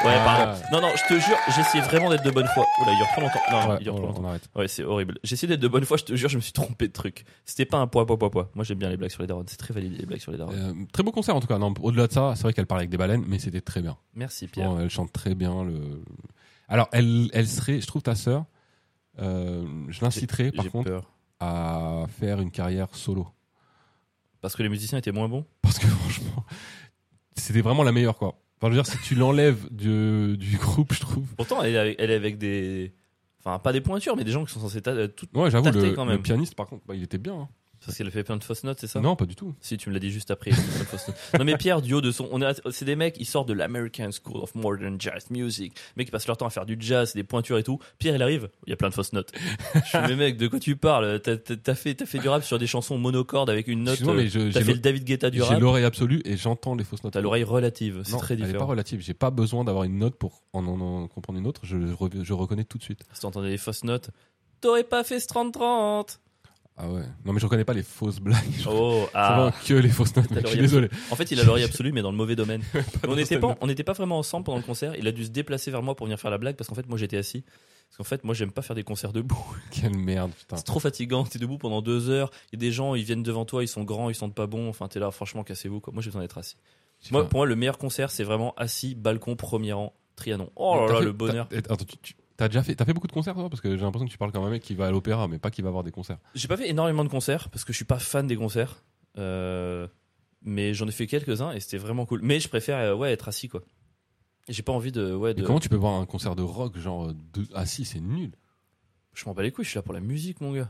S2: Ouais,
S1: Ah.
S2: pardon. Non, non, je te jure, j'essayais vraiment d'être de bonne foi. Oula, il dure trop longtemps. Non,
S1: Ah Ouais,
S2: il dure trop
S1: on,
S2: longtemps.
S1: on arrête.
S2: Ouais, c'est horrible. J'essayais d'être de bonne foi, je te jure, je me suis trompé de truc. C'était pas un poids, poids, poids, poids. Moi, j'aime bien les blagues sur les darons. C'est très validé, les blagues sur les darons.
S1: Euh, très beau concert en tout cas. Non, au-delà de ça, c'est vrai qu'elle parlait avec des baleines, mais c'était très bien.
S2: Merci, Pierre.
S1: Bon, elle chante très bien. Le... Alors, elle, elle serait, je trouve ta sœur, euh, je l'inciterais par
S2: J'ai
S1: contre
S2: peur.
S1: à faire une carrière solo.
S2: Parce que les musiciens étaient moins bons.
S1: Parce que franchement, c'était vraiment la meilleure quoi. Enfin, je veux dire, si tu l'enlèves du, du groupe, je trouve.
S2: Pourtant, elle est, avec, elle est avec des. Enfin, pas des pointures, mais des gens qui sont censés. ta- Tout...
S1: Ouais, j'avoue,
S2: Tarté,
S1: le,
S2: quand même.
S1: le pianiste par contre, bah, il était bien. hein.
S2: Parce qu'elle fait plein de fausses notes, c'est ça
S1: Non, pas du tout.
S2: Si, tu me l'as dit juste après. elle fait plein de fausses notes. Non, mais Pierre, du haut de son. on est à- C'est des mecs, ils sortent de l'American School of Modern Jazz Music. Les mecs, ils passent leur temps à faire du jazz, des pointures et tout. Pierre, il arrive, il y a plein de fausses notes. Je suis, mais mec, de quoi tu parles T'as- T'as t'as fait, t'as fait du rap sur des chansons monocordes avec une note.
S1: Excuse-moi,
S2: euh,
S1: mais je-
S2: T'as
S1: j'ai
S2: fait le David Guetta du
S1: J'ai
S2: rap.
S1: l'oreille absolue et j'entends les fausses notes.
S2: T'as l'oreille relative, c'est
S1: Non,
S2: très
S1: Elle est pas
S2: différent.
S1: relative. J'ai pas besoin d'avoir une note pour en, en- en comprendre une autre. Je, re- je reconnais tout de suite.
S2: Si t'entendais les fausses notes, t'aurais pas fait ce 30-30.
S1: Ah ouais. Non, mais je reconnais pas les fausses blagues. Je reconnais
S2: Oh, ah.
S1: vraiment que les fausses notes.
S2: T'as
S1: mec. Je suis
S2: l'oreille
S1: désolé.
S2: En fait, il a l'oreille absolue, mais dans le mauvais domaine. on n'était
S1: cette
S2: pas, on n'était pas vraiment ensemble pendant le concert. Il a dû se déplacer vers moi pour venir faire la blague parce qu'en fait, moi, j'étais assis. Parce qu'en fait, moi, j'aime pas faire des concerts debout.
S1: Quelle merde, putain.
S2: C'est trop fatigant. T'es debout pendant deux heures. Il y a des gens, ils viennent devant toi, ils sont grands, ils sentent pas bon. Enfin, t'es là, franchement, cassez-vous. Quoi. Moi, j'ai besoin d'être assis.
S1: J'ai
S2: Moi,
S1: pas-
S2: pour moi, le meilleur concert, c'est vraiment assis, balcon, premier rang, Trianon. Oh
S1: T'as
S2: là là,
S1: fait-
S2: le bonheur.
S1: t'as- Attends, tu- tu- T'as déjà fait, t'as fait beaucoup de concerts toi parce que j'ai l'impression que tu parles comme un mec qui va à l'opéra mais pas qui va voir des concerts.
S2: J'ai pas fait énormément de concerts parce que je suis pas fan des concerts. Euh, mais j'en ai fait quelques-uns et c'était vraiment cool. Mais je préfère euh, ouais, être assis quoi. J'ai pas envie de. Ouais,
S1: Mais
S2: de...
S1: comment tu peux voir un concert de rock genre de... ah si c'est nul.
S2: Je m'en bats les couilles, je suis là pour la musique, mon gars.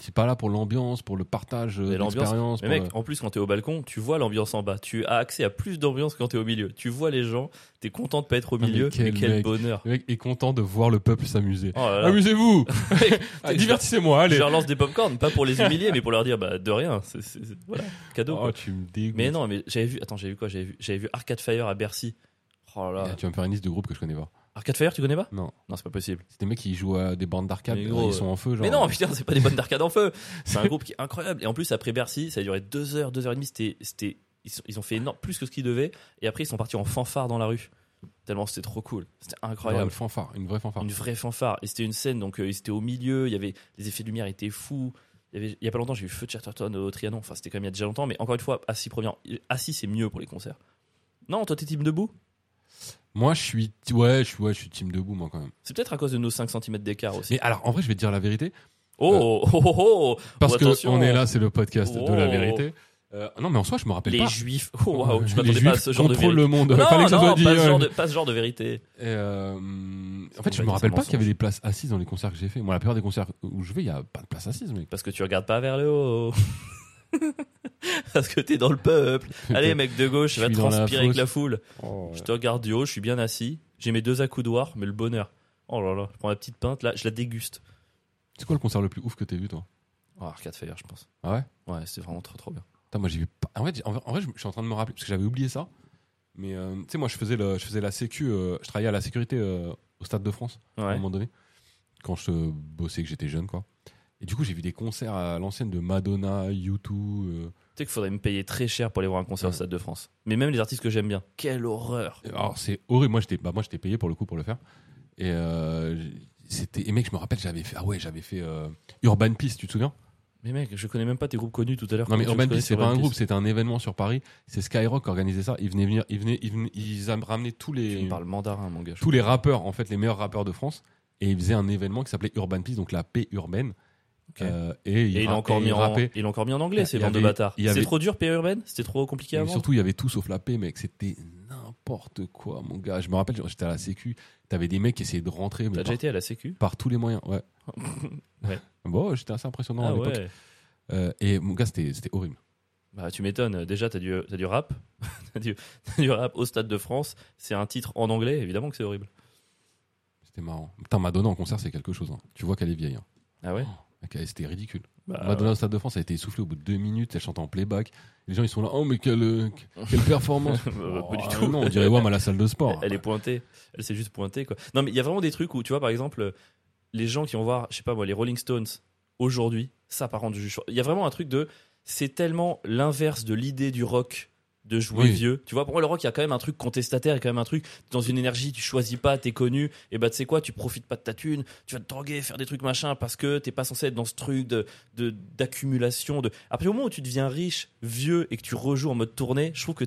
S1: T'es pas là pour l'ambiance, pour le partage,
S2: Mais
S1: euh,
S2: l'ambiance-
S1: l'expérience.
S2: Mais
S1: pour
S2: mec, en plus, quand t'es au balcon, tu vois l'ambiance en bas. Tu as accès à plus d'ambiance que quand t'es au milieu. Tu vois les gens, t'es content de pas être au
S1: Ah, mais
S2: milieu. mais quel,
S1: quel mec. Euh,
S2: bonheur.
S1: Le mec est content de voir le peuple s'amuser.
S2: Oh là là.
S1: Amusez-vous, Ah,
S2: T'es-
S1: divertissez-moi,
S2: Je
S1: allez.
S2: leur lance des popcorns, pas pour les humilier, mais pour leur dire bah de rien. C'est, c'est- c'est- voilà, cadeau.
S1: Oh,
S2: quoi.
S1: tu me dégoûtes.
S2: mais non, mais j'avais vu. Attends, j'avais vu quoi J'avais vu, j'avais vu Arcade Fire à Bercy. Oh là là.
S1: Eh, Tu vas me faire une liste de groupes que je connais pas.
S2: Arcade Fire, tu connais pas
S1: Non.
S2: Non, c'est pas possible.
S1: C'est des mecs qui jouent à des bandes d'arcade,
S2: Mais
S1: euh,
S2: gros,
S1: ils sont en feu. Genre.
S2: Mais non, putain, c'est pas des bonnes d'arcade en feu. C'est un groupe qui est incroyable. Et en plus, après Bercy, ça a duré deux heures, deux heures et demie. C'était, c'était, ils, sont- ils ont fait énorme, plus que ce qu'ils devaient. Et après, ils sont partis en fanfare dans la rue. Tellement c'était trop cool. C'était
S1: Genre
S2: incroyable.
S1: Une fanfare, une vraie fanfare.
S2: Une vraie fanfare. Et c'était une scène, donc euh, ils étaient au milieu. Il y avait les effets de lumière étaient fous. Il y, avait, il y a pas longtemps, j'ai eu Feu de Chatterton euh, au Trianon. Enfin, c'était quand même il y a déjà longtemps. Mais encore une fois, assis premier, assis c'est mieux pour les concerts. Non, toi t'es team debout.
S1: Moi, je suis, ouais, je suis, ouais, je suis team debout, moi quand même.
S2: C'est peut-être à cause de nos 5 cm d'écart aussi.
S1: Mais euh, alors, en vrai, je vais te dire la vérité,
S2: Oh, oh, oh, oh,
S1: parce
S2: Oh,
S1: que
S2: attention.
S1: on est là, c'est le podcast de la
S2: Oh.
S1: vérité. Euh, non, mais en soi, je me rappelle
S2: Les
S1: pas.
S2: juifs. Oh, waouh, tu
S1: Les
S2: m'attendais pas à
S1: Juifs
S2: ce genre de
S1: contrôlent
S2: vérité.
S1: le monde.
S2: Non,
S1: Fallait que ça
S2: non,
S1: soit
S2: pas,
S1: dit,
S2: ce
S1: euh,
S2: genre de, pas ce genre de vérité.
S1: Et, euh, en
S2: va
S1: fait, je me
S2: dire
S1: rappelle
S2: sans
S1: pas qu'il y avait
S2: mensonge.
S1: des places assises dans les concerts que j'ai fait. Moi, la plupart des concerts où je vais, il y a pas de place assise, mec.
S2: Parce que tu regardes pas vers le haut. Parce que t'es dans le peuple. Allez, mec de gauche,
S1: Je
S2: va
S1: suis dans la
S2: transpirer avec
S1: fosse.
S2: la foule. Je te regarde du haut, je suis bien assis. J'ai mes deux accoudoirs, mais le bonheur. Oh là là, je prends la petite pinte, là, je la déguste.
S1: C'est quoi le concert le plus ouf que t'aies vu, toi
S2: Oh, Arcade Fire, je pense.
S1: Ah ouais
S2: Ouais, c'est vraiment trop trop bien.
S1: Putain, moi j'ai vu pas- En vrai, j'ai- en vrai- en vrai, je je suis en train de me rappeler parce que j'avais oublié ça. Mais euh, tu sais, moi je faisais, le- je faisais la sécu, euh, je travaillais à la sécurité euh, au Stade de France à un
S2: Ouais.
S1: moment donné, quand je euh, bossais, que j'étais jeune, quoi. Et du coup, j'ai vu des concerts à l'ancienne de Madonna, U2. euh,
S2: Tu sais qu'il faudrait me payer très cher pour aller voir un concert au
S1: Ouais.
S2: Stade de France. Mais même les artistes que j'aime bien. Quelle horreur.
S1: Alors, c'est horrible. Moi, j'étais bah, moi, j'étais payé pour le coup pour le faire. Et, euh, j- c'était... et mec, je me rappelle, j'avais fait, ah ouais, j'avais fait euh, Urban Peace, tu te souviens
S2: Mais mec, je connais même pas tes groupes connus tout à l'heure.
S1: Non, mais
S2: Comment tu
S1: Urban
S2: connais
S1: Peace, c'est
S2: Urban
S1: pas un
S2: Peace
S1: groupe, c'était un événement sur Paris. C'est Skyrock qui organisait ça. Ils venaient venir, ils venaient, ils, venaient- ils ramenaient tous
S2: Tu
S1: les,
S2: me parles mandarin, mon gars.
S1: tous les rappeurs, en fait, les meilleurs rappeurs de France. Et ils faisaient un événement qui s'appelait Urban Peace, donc la paix urbaine.
S2: Ok.
S1: Euh, et ils
S2: Et il a
S1: ra-
S2: encore
S1: et
S2: mis
S1: ils
S2: en,
S1: rappaient.
S2: il a encore mis en anglais, ces
S1: Il y
S2: bandes de
S1: avait-
S2: bâtards.
S1: il y avait-
S2: C'était trop dur, P.A. Urban C'était trop compliqué
S1: Mais
S2: avant.
S1: surtout, il y avait tout sauf la paix, mec. C'était n'importe quoi, mon gars. Je me rappelle, j'étais à la Sécu. T'avais des mecs qui essayaient de rentrer mais
S2: T'as
S1: par,
S2: déjà été à la sécu
S1: par tous les moyens. Ouais.
S2: Ouais.
S1: Bon, j'étais assez impressionnant à
S2: Ah
S1: l'époque.
S2: ouais.
S1: Euh, et mon gars, c'était c'était horrible.
S2: Bah, tu m'étonnes. Déjà, t'as du, t'as du rap. t'as du, t'as du rap au Stade de France. C'est un titre en anglais. Évidemment que c'est horrible.
S1: C'était marrant. Putain, Madonna en concert, c'est quelque chose. hein. Tu vois qu'elle est vieille. hein.
S2: Ah ouais
S1: Mec, elle- C'était ridicule.
S2: Bah,
S1: Madonna au Stade de France, elle a été essoufflée au bout de deux minutes. Elle chante en playback. Les gens, ils sont là. Oh, mais quelle, euh, quelle performance.
S2: euh, pas
S1: Oh,
S2: du tout.
S1: Non, on dirait Wam à la salle de sport. hein.
S2: Elle est pointée. Elle s'est juste pointée, quoi. Non, mais il y a vraiment des trucs où, tu vois, par exemple, les gens qui vont voir, je sais pas moi, les Rolling Stones aujourd'hui, ça par contre, je juge- il y a vraiment un truc de. C'est tellement l'inverse de l'idée du rock de jouer
S1: Oui.
S2: vieux. Tu vois, pour moi, le rock, il y a quand même un truc contestataire, il y a quand même un truc dans une énergie, tu choisis pas, t'es connu, et bah, tu sais quoi, tu profites pas de ta thune, tu vas te droguer, faire des trucs machin, parce que t'es pas censé être dans ce truc de de- d'accumulation. De, À partir du moment où tu deviens riche, vieux, et que tu rejoues en mode tournée, je trouve que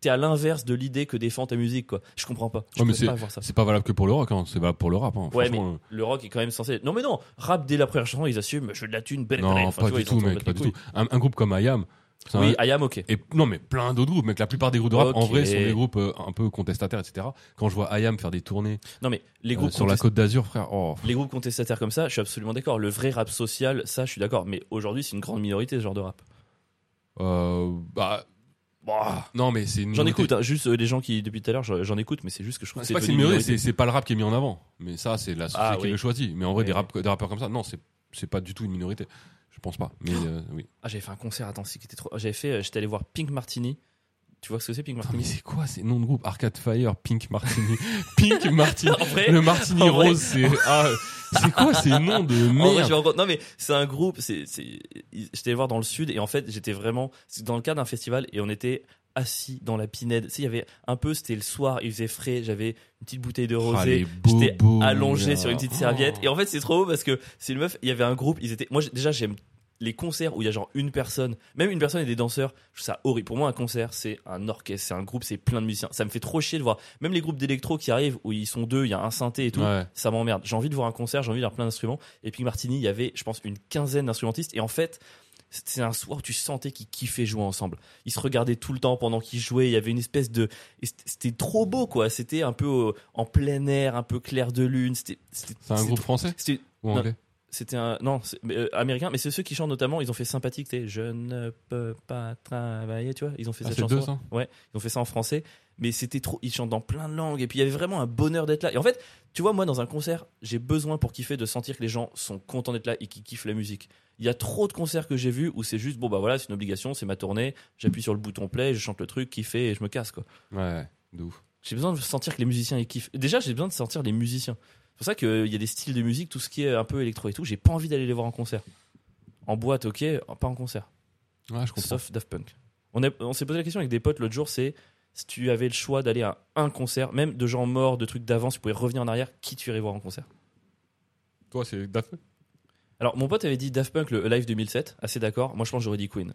S2: t'es à l'inverse de l'idée que défend ta musique, quoi. Je comprends pas. Je
S1: Ouais, mais
S2: peux pas voir ça.
S1: Ah, C'est pas valable que pour le rock. hein. C'est valable pour le rap. hein.
S2: Ouais, mais
S1: Franchement, euh,
S2: le rock est quand même censé. Non, mais non, rap dès la première chanson, ils assument, je veux de la thune, belle, belle.
S1: euh, Non,
S2: Enfin,
S1: pas
S2: tu vois,
S1: du
S2: ils en
S1: tout,
S2: sortent
S1: mec,
S2: les
S1: pas du
S2: couilles.
S1: tout. Un, un groupe comme IAM, c'est un-
S2: Oui, I am ok.
S1: et non, mais plein d'autres groupes, mec. La plupart des groupes de rap, en
S2: Ok.
S1: vrai, sont des groupes euh, un peu contestataires, etc. Quand je vois IAM faire des tournées
S2: Non, mais les
S1: euh,
S2: groupes,
S1: sur la
S2: contest-
S1: Côte d'Azur, frère, oh,
S2: les groupes contestataires comme ça, je suis absolument d'accord. Le vrai rap social, ça, je suis d'accord. Mais aujourd'hui, c'est une grande minorité, ce genre de rap.
S1: euh, bah,
S2: Bah,
S1: non, mais c'est une
S2: J'en
S1: minorité.
S2: écoute, hein, juste euh, les gens qui, depuis tout à l'heure, j'en j'en écoute, mais c'est juste que je trouve que
S1: C'est pas que c'est
S2: devenu
S1: une minorité,
S2: une minorité.
S1: c'est- c'est pas le rap qui est mis en avant. Mais ça, c'est la société
S2: Ah,
S1: qui
S2: oui.
S1: le choisit. Mais en vrai,
S2: Oui,
S1: des,
S2: oui.
S1: rap- des rappeurs comme ça, non, c'est c'est pas du tout une minorité. Je pense pas. Mais euh, oui.
S2: Ah, j'avais fait un concert, attends, c'était trop. J'avais fait, euh, j'étais allé voir Pink Martini. Tu vois ce que c'est, Pink
S1: Putain,
S2: Martini
S1: mais c'est quoi ces noms de groupe Arcade Fire, Pink Martini, Pink Martini,
S2: En vrai,
S1: Ah. le Martini
S2: en vrai-
S1: Rose, c'est ah, c'est quoi ces noms de
S2: En vrai, je
S1: merde
S2: me rends compte- Non, mais c'est un groupe. c'est- c'est- J'étais allé voir dans le sud et en fait, j'étais vraiment. C'est dans le cadre d'un festival et on était assis dans la pinède. Tu sais, il y avait un peu, c'était le soir, il faisait frais, j'avais une petite bouteille de
S1: Ah,
S2: rosé.
S1: les
S2: J'étais
S1: bobos,
S2: allongé
S1: là.
S2: sur une petite
S1: Oh.
S2: serviette. Et en fait, c'est trop beau parce que c'est une meuf. Il y avait un groupe. Ils étaient. Moi, j'ai- déjà, j'aime les concerts où il y a genre une personne, même une personne et des danseurs. Je trouve ça horrible. Pour moi, un concert, c'est un orchestre, c'est un groupe, c'est plein de musiciens. Ça me fait trop chier de voir. Même les groupes d'électro qui arrivent où ils sont deux, il y a un synthé et tout.
S1: Ouais.
S2: Ça m'emmerde. J'ai envie de voir un concert, j'ai envie d'avoir plein d'instruments. Et puis Martini, il y avait, je pense, une quinzaine d'instrumentistes. Et en fait, c'était un soir où tu sentais qu'ils kiffaient jouer ensemble. Ils se regardaient tout le temps pendant qu'ils jouaient. Il y avait une espèce de. et c't- C'était trop beau, quoi. C'était un peu euh, en plein air, un peu clair de lune. C'était. c'était-
S1: C'est un
S2: c'était-
S1: groupe français
S2: C'était.
S1: ou anglais
S2: C'était un. Non, c'est- mais, euh, américain, mais c'est ceux qui chantent notamment. Ils ont fait sympathique, tu sais, Je ne peux pas travailler, tu vois. Ils ont fait
S1: Ah,
S2: cette
S1: c'est
S2: chanson.
S1: deux, ça
S2: Ouais, ils ont fait ça en français, mais c'était trop. Ils chantent dans plein de langues, et puis il y avait vraiment un bonheur d'être là. Et en fait, tu vois, moi, dans un concert, j'ai besoin pour kiffer de sentir que les gens sont contents d'être là et qu'ils kiffent la musique. Il y a trop de concerts que j'ai vus où c'est juste, bon, bah voilà, c'est une obligation, c'est ma tournée, j'appuie sur le bouton play, je chante le truc, kiffer et je me casse, quoi.
S1: Ouais, de ouf.
S2: J'ai besoin de sentir que les musiciens ils kiffent. Déjà, j'ai besoin de sentir les musiciens. C'est pour ça qu'il y a des styles de musique, tout ce qui est un peu électro et tout, j'ai pas envie d'aller les voir en concert. En boîte, ok, pas en concert.
S1: Ouais, je comprends.
S2: Sauf Daft Punk. On, a- on s'est posé la question avec des potes l'autre jour, c'est si tu avais le choix d'aller à un concert, même de gens morts, de trucs d'avance, tu pouvais revenir en arrière, qui tu irais voir en concert
S1: Toi, c'est Daft Punk
S2: Alors mon pote avait dit Daft Punk le live 2007, assez d'accord, moi je pense que j'aurais dit Queen.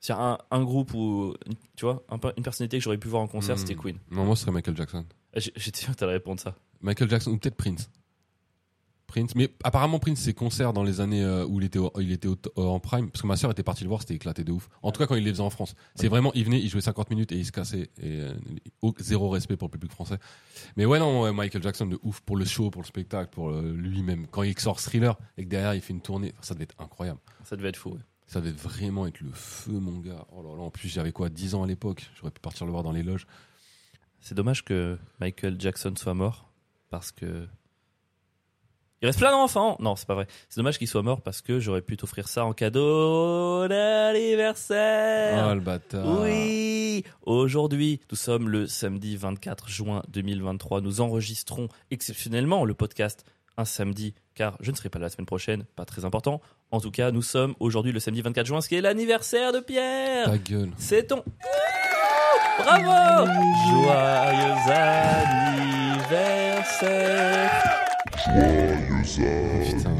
S2: C'est un, un groupe ou tu vois, un peu- une personnalité que j'aurais pu voir en concert,
S1: Hmm.
S2: c'était Queen. Ah,
S1: Non, moi, ce serait Michael Jackson.
S2: J'ai- J'étais sûr que t'allais répondre ça.
S1: Michael Jackson ou peut-être Prince. Prince. Mais apparemment, Prince, ses concerts dans les années euh, où il était, au- il était au- euh, en prime, parce que ma soeur était partie le voir, c'était éclaté de ouf. En tout cas, quand il les faisait en France. C'est vraiment, il venait, il jouait 50 minutes et il se cassait. Et, euh, au- zéro respect pour le public français. Mais ouais, non, ouais, Michael Jackson de ouf pour le show, pour le spectacle, pour euh, lui-même. Quand il sort thriller et que derrière il fait une tournée, enfin, ça devait être incroyable.
S2: Ça devait être fou. ouais.
S1: Ça devait vraiment être le feu, mon gars. Oh là là, en plus, j'avais quoi, 10 ans à l'époque. J'aurais pu partir le voir dans les loges.
S2: C'est dommage que Michael Jackson soit mort parce que. Il reste plein d'enfants Non, c'est pas vrai. C'est dommage qu'il soit mort parce que j'aurais pu t'offrir ça en cadeau d'anniversaire
S1: Oh le bâtard.
S2: Euh, Oui Aujourd'hui, nous sommes le samedi 24 juin 2023. Nous enregistrons exceptionnellement le podcast un samedi, car je ne serai pas là la semaine prochaine, pas très important. En tout cas, nous sommes aujourd'hui le samedi 24 juin, ce qui est l'anniversaire de Pierre
S1: Ta gueule.
S2: c'est ton. Bravo Joyeux anniversaire
S1: Oh, Putain.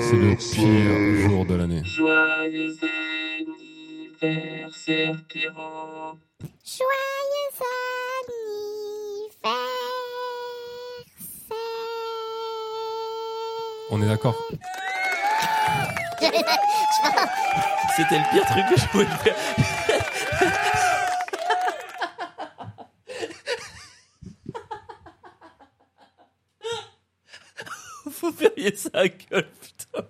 S1: C'est le pire jour de l'année.
S4: Joyeux anniversaire, Pierrot.
S5: Joyeux anniversaire.
S1: On est d'accord
S2: C'était le pire truc que je pouvais faire. Vous verriez sa gueule, putain.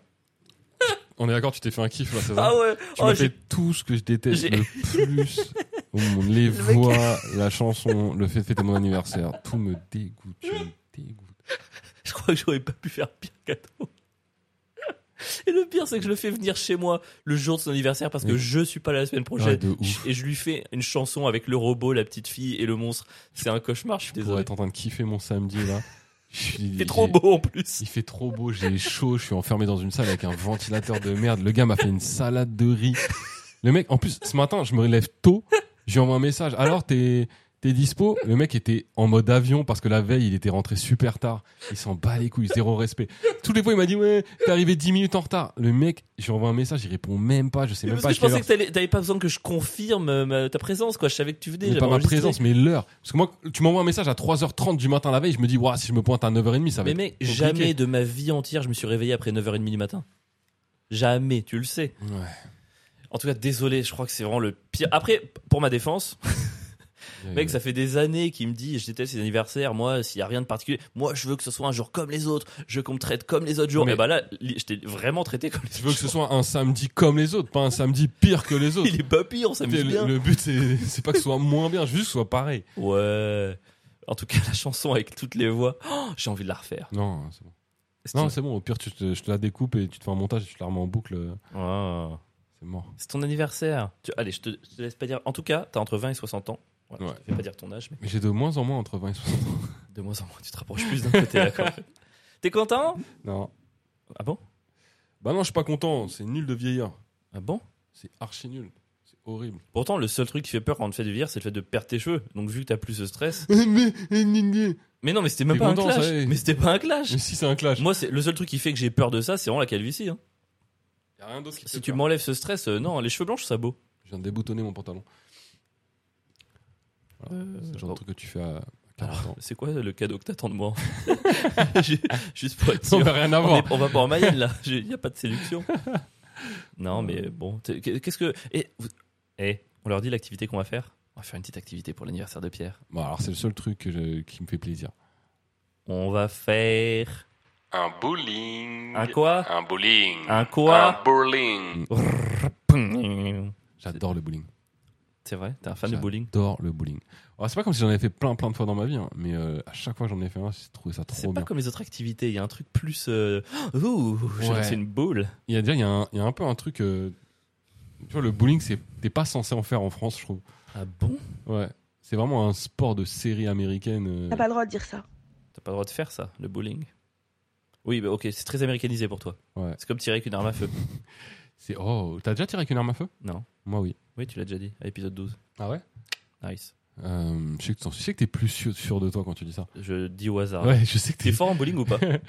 S1: On est d'accord, tu t'es fait un kiff là, c'est ça
S2: Ah ouais.
S1: Tu
S2: Oh,
S1: m'as
S2: j'ai-
S1: fait tout ce que je déteste
S2: j'ai-
S1: le plus au monde. Les
S2: Le mec-
S1: voix, la chanson, le fait de fêter mon anniversaire. Tout me dégoûte, tu me dégoûtes.
S2: Je crois que j'aurais pas pu faire pire cadeau. Et le pire, c'est que je le fais venir chez moi le jour de son anniversaire parce que
S1: Oui.
S2: je suis pas là la semaine prochaine.
S1: Ouais, de ouf.
S2: et je lui fais une chanson avec le robot, la petite fille et le monstre. C'est un cauchemar, je suis
S1: Pour
S2: désolé.
S1: être en train de kiffer mon samedi là. je suis-
S2: Il est trop
S1: j'ai-
S2: beau en plus.
S1: Il fait trop beau, j'ai chaud, je suis enfermé dans une salle avec un ventilateur de merde. Le gars m'a fait une salade de riz. Le mec, en plus, ce matin, je me relève tôt, je lui envoie un message. Alors, t'es t'es dispo Le mec était en mode avion parce que la veille, il était rentré super tard. Il s'en bat les couilles, zéro respect. Tous les fois, il m'a dit Ouais, t'es arrivé 10 minutes en retard. Le mec, je lui envoie un message, il répond même pas, je sais
S2: Mais
S1: même
S2: parce
S1: pas
S2: que
S1: à
S2: je
S1: quelle
S2: pensais
S1: heure.
S2: que t'allais- t'avais pas besoin que je confirme euh, ma- ta présence, quoi. Je savais que tu venais.
S1: Mais
S2: j'avais
S1: pas ma
S2: enregistré.
S1: présence, mais l'heure. Parce que moi, tu m'envoies un message à 3h30 du matin la veille, je me dis, Ouah, si je me pointe à 9h30, ça va
S2: Mais
S1: être
S2: mec,
S1: compliqué.
S2: jamais de ma vie entière, je me suis réveillé après 9h30 du matin. Jamais, tu le sais.
S1: Ouais.
S2: En tout cas, désolé, je crois que c'est vraiment le pire. Après, pour ma défense, Mec, ça fait des années qu'il me dit je déteste les anniversaires. Moi, s'il y a rien de particulier, moi je veux que ce soit un jour comme les autres. Je veux qu'on me traite comme les autres jours.
S1: Mais-
S2: Mais bah là, li- je t'ai vraiment traité comme les
S1: Tu
S2: autres.
S1: veux que ce
S2: jours.
S1: soit un samedi comme les autres, pas un samedi pire que les autres.
S2: Il est pas pire, on s'amuse
S1: le,
S2: bien.
S1: le but, c'est c'est pas que ce soit moins bien, juste que ce soit pareil.
S2: Ouais. En tout cas, la chanson avec toutes les voix, oh, j'ai envie de la refaire.
S1: Non, c'est bon.
S2: C'est
S1: Non,
S2: ton-
S1: c'est bon. Au pire, tu te- je te la découpe et tu te fais un montage et tu te la remets en boucle. euh,
S2: Oh.
S1: C'est mort.
S2: C'est ton anniversaire. Tu- Allez, je te, je te laisse pas dire. En tout cas, t'as entre 20 et 60 ans. Voilà,
S1: Ouais.
S2: Je te fais pas dire ton âge, mais
S1: Mais j'ai de moins en moins entre 20 et 60 ans.
S2: de moins en moins, tu te rapproches plus d'un côté, d'accord T'es content
S1: Non.
S2: Ah bon
S1: Bah non, je suis pas content. C'est nul de vieillir.
S2: Ah bon
S1: C'est archi nul. C'est horrible.
S2: Pourtant, le seul truc qui fait peur quand on te fait du vieillir, c'est le fait de perdre tes cheveux. Donc, vu que t'as plus ce stress,
S1: Mais
S2: Mais non, mais c'était même
S1: T'es
S2: pas
S1: content,
S2: un clash.
S1: ça y est.
S2: Mais c'était pas un clash.
S1: si, c'est un clash.
S2: Moi, c'est le seul truc qui fait que j'ai peur de ça, c'est vraiment la calvitie. hein.
S1: Y a rien d'autre qui te
S2: Si
S1: fait
S2: tu
S1: peur.
S2: m'enlèves ce stress, euh, non, les cheveux blancs, ça beau.
S1: Je viens de déboutonner mon pantalon.
S2: Euh,
S1: Voilà. C'est le genre de
S2: bon.
S1: truc que tu fais à 40
S2: Alors,
S1: ans.
S2: c'est quoi le cadeau que t'attends de moi hein? Ju- Juste pour être
S1: Ça
S2: sûr.
S1: n'a rien à
S2: On,
S1: voir.
S2: est- on va pas en Mayenne là, il n'y a pas de séduction. non, mais bon, t'es- qu'est-ce que. Eh, vous- eh, on leur dit l'activité qu'on va faire On va faire une petite activité pour l'anniversaire de Pierre.
S1: Bon, alors c'est le seul truc que je- qui me fait plaisir.
S2: On va faire.
S6: Un bowling.
S2: Un quoi
S6: Un bowling.
S2: Un quoi
S1: Ah.
S6: Un bowling.
S1: Mm, J'adore le bowling.
S2: C'est vrai, t'es un fan de bowling
S1: J'adore le bowling. Alors, c'est pas comme si j'en avais fait plein plein de fois dans ma vie, hein, mais euh, à chaque fois que j'en ai fait un, j'ai trouvé ça
S2: C'est
S1: trop
S2: pas
S1: bien.
S2: comme les autres activités, il y a un truc plus. euh, Ouh, j'ai
S1: Ouais.
S2: lancé une boule.
S1: Il y a déjà, il y a un, il y a un peu un truc. euh, tu vois, le bowling, c'est t'es pas censé en faire en France, je trouve.
S2: Ah bon
S1: Ouais, c'est vraiment un sport de série américaine. euh,
S7: T'as pas le droit de dire ça.
S2: T'as pas le droit de faire ça, le bowling. Oui, bah ok, c'est très américanisé pour toi.
S1: Ouais.
S2: C'est comme tirer avec une arme à feu.
S1: C'est oh, t'as déjà tiré avec une arme à feu
S2: Non.
S1: Moi, oui.
S2: Oui, tu l'as déjà dit, à l'épisode 12.
S1: Ah ouais
S2: Nice.
S1: Euh, Je sais que t'en- je sais que t'es plus sûr, sûr de toi quand tu dis ça.
S2: Je dis au hasard.
S1: Ouais, je sais que
S2: Ah T'es
S1: t'es.
S2: fort en bowling ou pas
S1: Ouais,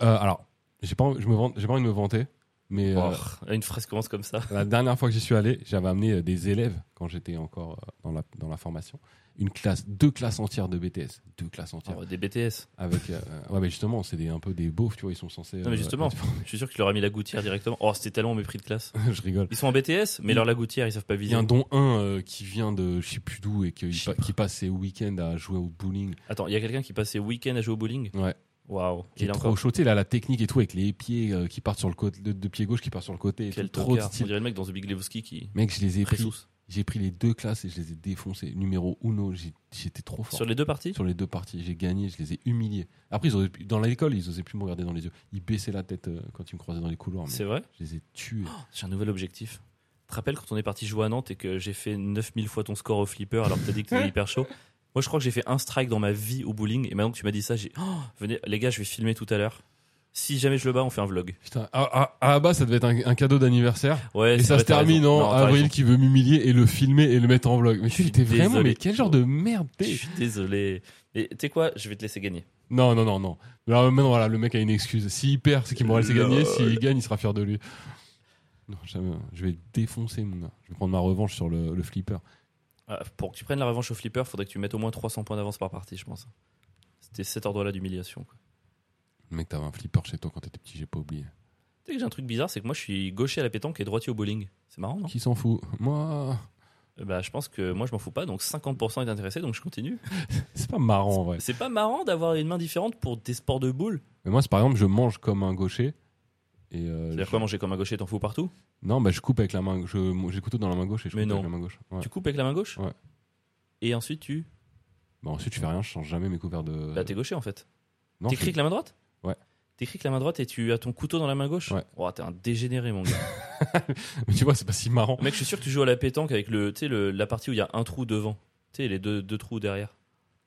S1: euh, alors, j'ai pas, envie- je me vante- j'ai pas envie de me vanter, Mais euh,
S2: Oh, une phrase commence comme ça.
S1: la dernière fois que j'y suis allé, j'avais amené euh, des élèves quand j'étais encore euh, dans la, dans la formation. Une classe, deux classes entières de BTS. Deux classes entières.
S2: Oh, des BTS.
S1: Avec, euh, ouais, mais justement, c'est des- un peu des beaufs, tu vois, ils sont censés. euh,
S2: Non, mais justement. Je suis sûr qu'il leur a mis la gouttière directement. Oh, c'était tellement au mépris de classe.
S1: je rigole.
S2: Ils sont en BTS, mais leur la gouttière, ils savent pas
S1: Il
S2: viser.
S1: y en a dont un euh, qui vient de je sais plus d'où et qui,
S2: Chypre.
S1: qui passe ses week-ends à jouer au bowling.
S2: Attends, il y a quelqu'un qui passe ses week-ends à jouer au bowling
S1: Ouais.
S2: Waouh.
S1: Qui est,
S2: Il a
S1: trop
S2: encore
S1: chaud. Tu sais, là, la technique et tout, avec les pieds euh, qui partent sur le côté, de, de pied gauche qui part sur le côté. et
S2: quel
S1: tout, trop de
S2: tocard. On
S1: style.
S2: dirait le mec dans The Big Lebowski qui
S1: Mec, je les ai pris.
S2: pressousse.
S1: J'ai pris les deux classes et je les ai défoncés. Numéro uno, j'ai- j'étais trop fort.
S2: Sur les deux parties
S1: Sur les deux parties, j'ai gagné, je les ai humiliés. Après, ils osaient plus- dans l'école, ils osaient plus me regarder dans les yeux. Ils baissaient la tête euh, quand ils me croisaient dans les couloirs. Mais
S2: C'est Oh. vrai
S1: je les ai tués.
S2: Ah, J'ai un nouvel objectif. Tu te rappelles quand on est parti jouer à Nantes et que j'ai fait 9000 fois ton score au flipper alors que t'as dit que t'étais hyper chaud Moi, je crois que j'ai fait un strike dans ma vie au bowling et maintenant que tu m'as dit ça, j'ai. Oh, venez, les gars, je vais filmer tout à l'heure. Si jamais je le bats, on fait un vlog.
S1: Putain, à, à, à la base, ça devait être un- un cadeau d'anniversaire.
S2: Ouais,
S1: Et
S2: c'est
S1: ça
S2: vrai,
S1: se
S2: t'as
S1: termine en
S2: raison. Non, t'as
S1: avril
S2: raison.
S1: qui veut m'humilier et le filmer et le mettre en vlog. Mais
S2: Je suis
S1: tu t'es vraiment,
S2: désolé.
S1: mais quel genre de merde
S2: Je
S1: t'es
S2: suis désolé. Mais tu sais quoi Je vais te laisser gagner.
S1: Non, non, non, non. Là, maintenant, voilà, le mec a une excuse. S'il perd, c'est qu'il m'aura laissé gagner.
S2: Lol.
S1: S'il gagne, il sera fier de lui. Non, jamais. Je vais défoncer mon gars. Je vais prendre ma revanche sur le, le flipper.
S2: Ah, Pour que tu prennes la revanche au flipper, faudrait que tu mettes au moins 300 points d'avance par partie, je pense. C'était cet ordre-là d'humiliation. quoi.
S1: Le mec, t'avais un flipper chez toi quand t'étais petit, j'ai pas oublié.
S2: Tu sais que j'ai un truc bizarre, c'est que moi je suis gaucher à la pétanque et droitier au bowling. C'est marrant, non
S1: Qui s'en fout Moi,
S2: Euh, Bah, je pense que moi je m'en fous pas, donc 50% est intéressé, donc je continue.
S1: c'est pas marrant en vrai.
S2: C'est pas marrant d'avoir une main différente pour des sports de boules.
S1: Mais moi, c'est par exemple, je mange comme un gaucher. Et euh,
S2: C'est-à-dire
S1: je-
S2: quoi, manger comme un gaucher, t'en fous partout
S1: Non, bah, je coupe avec la main. je- J'ai le couteau dans la main gauche et je
S2: Mais
S1: coupe
S2: non.
S1: avec la main gauche. Ouais.
S2: Tu coupes avec la main gauche
S1: Ouais.
S2: Et ensuite tu.
S1: Bah, ensuite, je fais rien, je change jamais mes couverts de.
S2: Bah, t'es gaucher en fait.
S1: Euh, Non, je-
S2: T'écris avec la main droite
S1: Ouais.
S2: T'écris avec la main droite et tu as ton couteau dans la main gauche
S1: Ouais.
S2: Oh, t'es un dégénéré, mon gars.
S1: Mais tu vois, c'est pas si marrant.
S2: Mec, je suis sûr que tu joues à la pétanque avec le, tu sais, le- la partie où il y a un trou devant. Tu sais, les deux, deux trous derrière.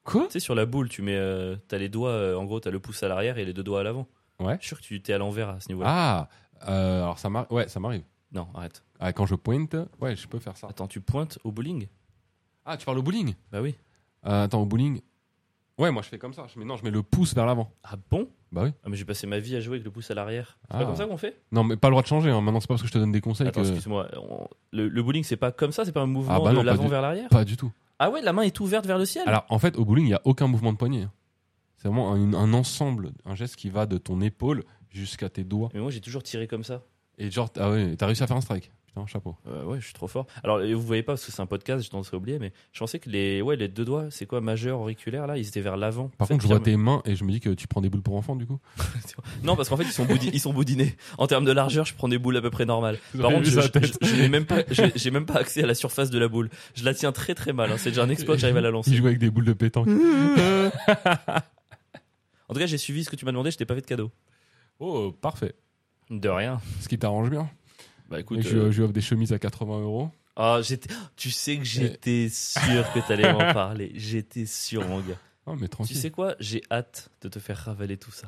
S1: Quoi
S2: Tu sais, sur la boule, tu mets. euh, t'as les doigts, euh, en gros, t'as le pouce à l'arrière et les deux doigts à l'avant.
S1: Ouais.
S2: Je suis sûr que tu t'es à l'envers à ce niveau-là.
S1: Ah euh, Alors, ça m'arrive. Ouais, ça m'arrive.
S2: Non, arrête.
S1: Ah, quand je pointe, ouais, je peux faire ça.
S2: Attends, tu pointes au bowling
S1: Ah, tu parles au bowling
S2: Bah oui.
S1: Euh, Attends, au bowling. Ouais, moi, je fais comme ça. Je mets, non, je mets le pouce vers l'avant.
S2: Ah bon
S1: Bah oui.
S2: Ah, mais j'ai passé ma vie à jouer avec le pouce à l'arrière. C'est
S1: Ah.
S2: pas comme ça qu'on fait
S1: Non, mais pas le droit de changer. hein. Maintenant, c'est pas parce que je te donne des conseils
S2: Attends,
S1: que.
S2: excuse-moi. on- Le, le bowling, c'est pas comme ça, c'est pas un mouvement
S1: Ah bah non,
S2: de
S1: pas
S2: l'avant
S1: du-
S2: vers l'arrière
S1: Pas du tout.
S2: Ah ouais, la main est ouverte vers le ciel
S1: Alors, en fait, au bowling, il n'y a aucun mouvement de poignet. C'est vraiment un, un ensemble, un geste qui va de ton épaule jusqu'à tes doigts.
S2: Mais moi, j'ai toujours tiré comme ça.
S1: Et genre, ah ouais, t'as réussi à faire un strike. Putain, chapeau.
S2: Euh, ouais, je suis trop fort. Alors, euh, vous voyez pas, parce que c'est un podcast, j'ai tendance à oublier, mais je pensais que les, ouais, les deux doigts, c'est quoi, majeur, auriculaire, là, ils étaient vers l'avant.
S1: Par
S2: En fait,
S1: contre, je vois
S2: bien-
S1: tes mains et je me dis que tu prends des boules pour enfants, du coup.
S2: Non, parce qu'en fait, ils sont, boudi- ils sont boudinés. En termes de largeur, je prends des boules à peu près normales. Par
S1: J'ai
S2: contre,
S1: vu
S2: je,
S1: sa
S2: je-
S1: tête.
S2: je- je n'ai même pas, j'ai j'ai même pas accès à la surface de la boule. Je la tiens très très mal. hein. C'est déjà un exploit que j'arrive à la
S1: Il
S2: lancer.
S1: joue avec des boules de pétanque.
S2: Mm-hmm. En tout cas, j'ai suivi ce que tu m'as demandé. Je t'ai pas fait de cadeau.
S1: oh, parfait.
S2: De rien.
S1: Ce qui t'arrange bien.
S2: Bah
S1: Et
S2: écoute,
S1: je,
S2: euh,
S1: je lui offre des chemises à 80 euros.
S2: ah, j'étais. Tu sais que
S1: Euh.
S2: j'étais sûr que t'allais m'en parler. J'étais sûr, mon gars.
S1: Ah, mais
S2: Tu
S1: tranquille.
S2: sais quoi J'ai hâte de te faire ravaler tout ça.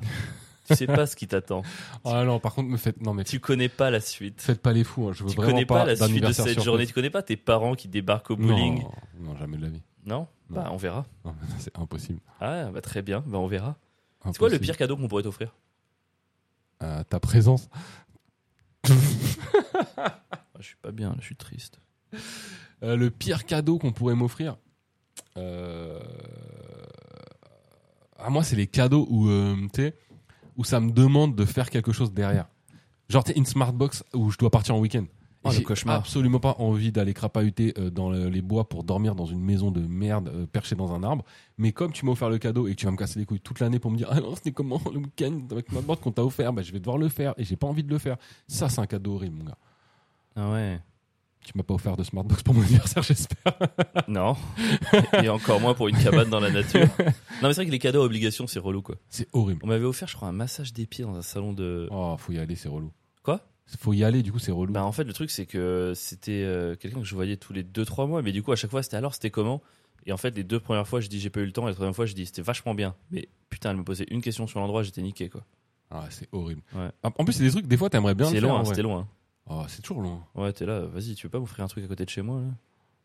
S2: tu sais pas ce qui t'attend.
S1: Ah non, par contre, me faites, non, mais
S2: Tu connais pas la suite.
S1: faites pas les fous. hein, Je veux
S2: Tu
S1: vraiment
S2: connais pas, la suite de
S1: d'anniversaire
S2: cette
S1: surprise.
S2: journée. Tu connais pas tes parents qui débarquent au bowling.
S1: Non, non, jamais de la vie.
S2: Non, Bah, on verra.
S1: Non, mais C'est impossible.
S2: Ah, bah très bien. Bah, on verra. C'est quoi le
S1: Impossible.
S2: pire cadeau qu'on pourrait t'offrir
S1: Euh, Ta présence.
S2: Ah, Je suis pas bien, je suis triste.
S1: Euh, le pire cadeau qu'on pourrait m'offrir. Euh... Ah, moi, c'est les cadeaux où, euh, tu sais, où ça me demande de faire quelque chose derrière. Genre, tu sais, une smartbox où je dois partir en week-end.
S2: Oh, le
S1: J'ai
S2: cauchemar.
S1: absolument pas envie d'aller crapahuter euh, dans le- les bois pour dormir dans une maison de merde euh, perchée dans un arbre. Mais comme tu m'as offert le cadeau et que tu vas me casser les couilles toute l'année pour me dire Ah non, c'était comment le week-end avec ma boîte qu'on t'a offert bah, Je vais devoir le faire et j'ai pas envie de le faire. Ça, c'est un cadeau horrible, mon gars.
S2: Ah ouais
S1: Tu m'as pas offert de smartbox pour mon anniversaire, j'espère.
S2: Non. Et encore moins pour une cabane dans la nature. Non, mais c'est vrai que les cadeaux à obligation, c'est relou, quoi.
S1: C'est horrible.
S2: On m'avait offert, je crois, un massage des pieds dans un salon de.
S1: Oh, faut y aller, c'est relou.
S2: Quoi
S1: Faut y aller, du coup, c'est relou.
S2: Bah, en fait, le truc, c'est que c'était euh, quelqu'un que je voyais tous les 2-3 mois, mais du coup, à chaque fois, c'était alors, c'était comment Et en fait, les deux premières fois, je dis j'ai pas eu le temps, et la troisième fois, je dis c'était vachement bien. Mais putain, elle me posait une question sur l'endroit, j'étais niqué, quoi.
S1: Ah, c'est horrible.
S2: Ouais.
S1: Ah, En plus, c'est des trucs, des fois, t'aimerais bien.
S2: C'est
S1: le
S2: loin,
S1: faire,
S2: c'était
S1: ouais.
S2: loin.
S1: Oh, c'est toujours loin.
S2: Ouais, t'es là, vas-y, tu veux pas m'offrir un truc à côté de chez moi, là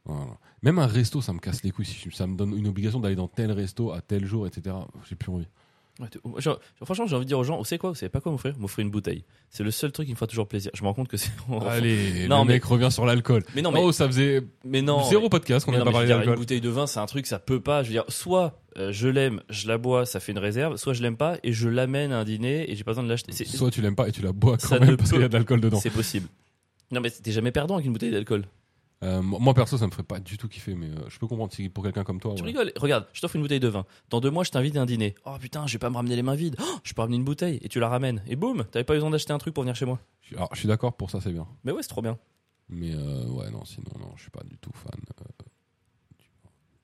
S1: Voilà. Même un resto, ça me casse les couilles. Si je- ça me donne une obligation d'aller dans tel resto à tel jour, etc. J'ai plus envie.
S2: Ouais, t'es- genre- genre, franchement, j'ai envie de dire aux gens, vous savez quoi, vous savez pas quoi m'offrir M'offrir une bouteille. C'est le seul truc qui me fera toujours plaisir. Je me rends compte que c'est.
S1: Allez,
S2: Non,
S1: le
S2: mais-
S1: mec revient sur l'alcool.
S2: Mais non, mais,
S1: Oh, ça faisait
S2: mais non.
S1: zéro podcast qu'on
S2: Mais
S1: n'a
S2: non,
S1: pas
S2: mais
S1: parlé
S2: je veux dire, une
S1: d'alcool.
S2: bouteille de vin, c'est un truc, ça peut pas. Je veux dire, soit euh, je l'aime, je la bois, ça fait une réserve, soit je l'aime pas et je l'amène à un dîner et j'ai pas besoin de l'acheter. C'est-
S1: Soit tu l'aimes pas et tu la bois
S2: Ça
S1: quand
S2: ne
S1: même parce
S2: peut-
S1: qu'il y a de l'alcool dedans.
S2: C'est possible. Non, mais t'es jamais perdant avec une bouteille d'alcool.
S1: Euh, moi, moi, perso, ça me ferait pas du tout kiffer, mais euh, je peux comprendre si pour quelqu'un comme toi. Oh,
S2: Tu
S1: ouais.
S2: rigoles. Regarde, je t'offre une bouteille de vin. Dans deux mois, je t'invite à un dîner. Oh putain, je vais pas me ramener les mains vides. Oh, je peux ramener une bouteille et tu la ramènes. Et boum, t'avais pas besoin d'acheter un truc pour venir chez moi.
S1: Je suis- Alors, je suis d'accord pour ça, c'est bien.
S2: Mais ouais, c'est trop bien.
S1: Mais euh, ouais, non, sinon, non, je suis pas du tout fan. euh, du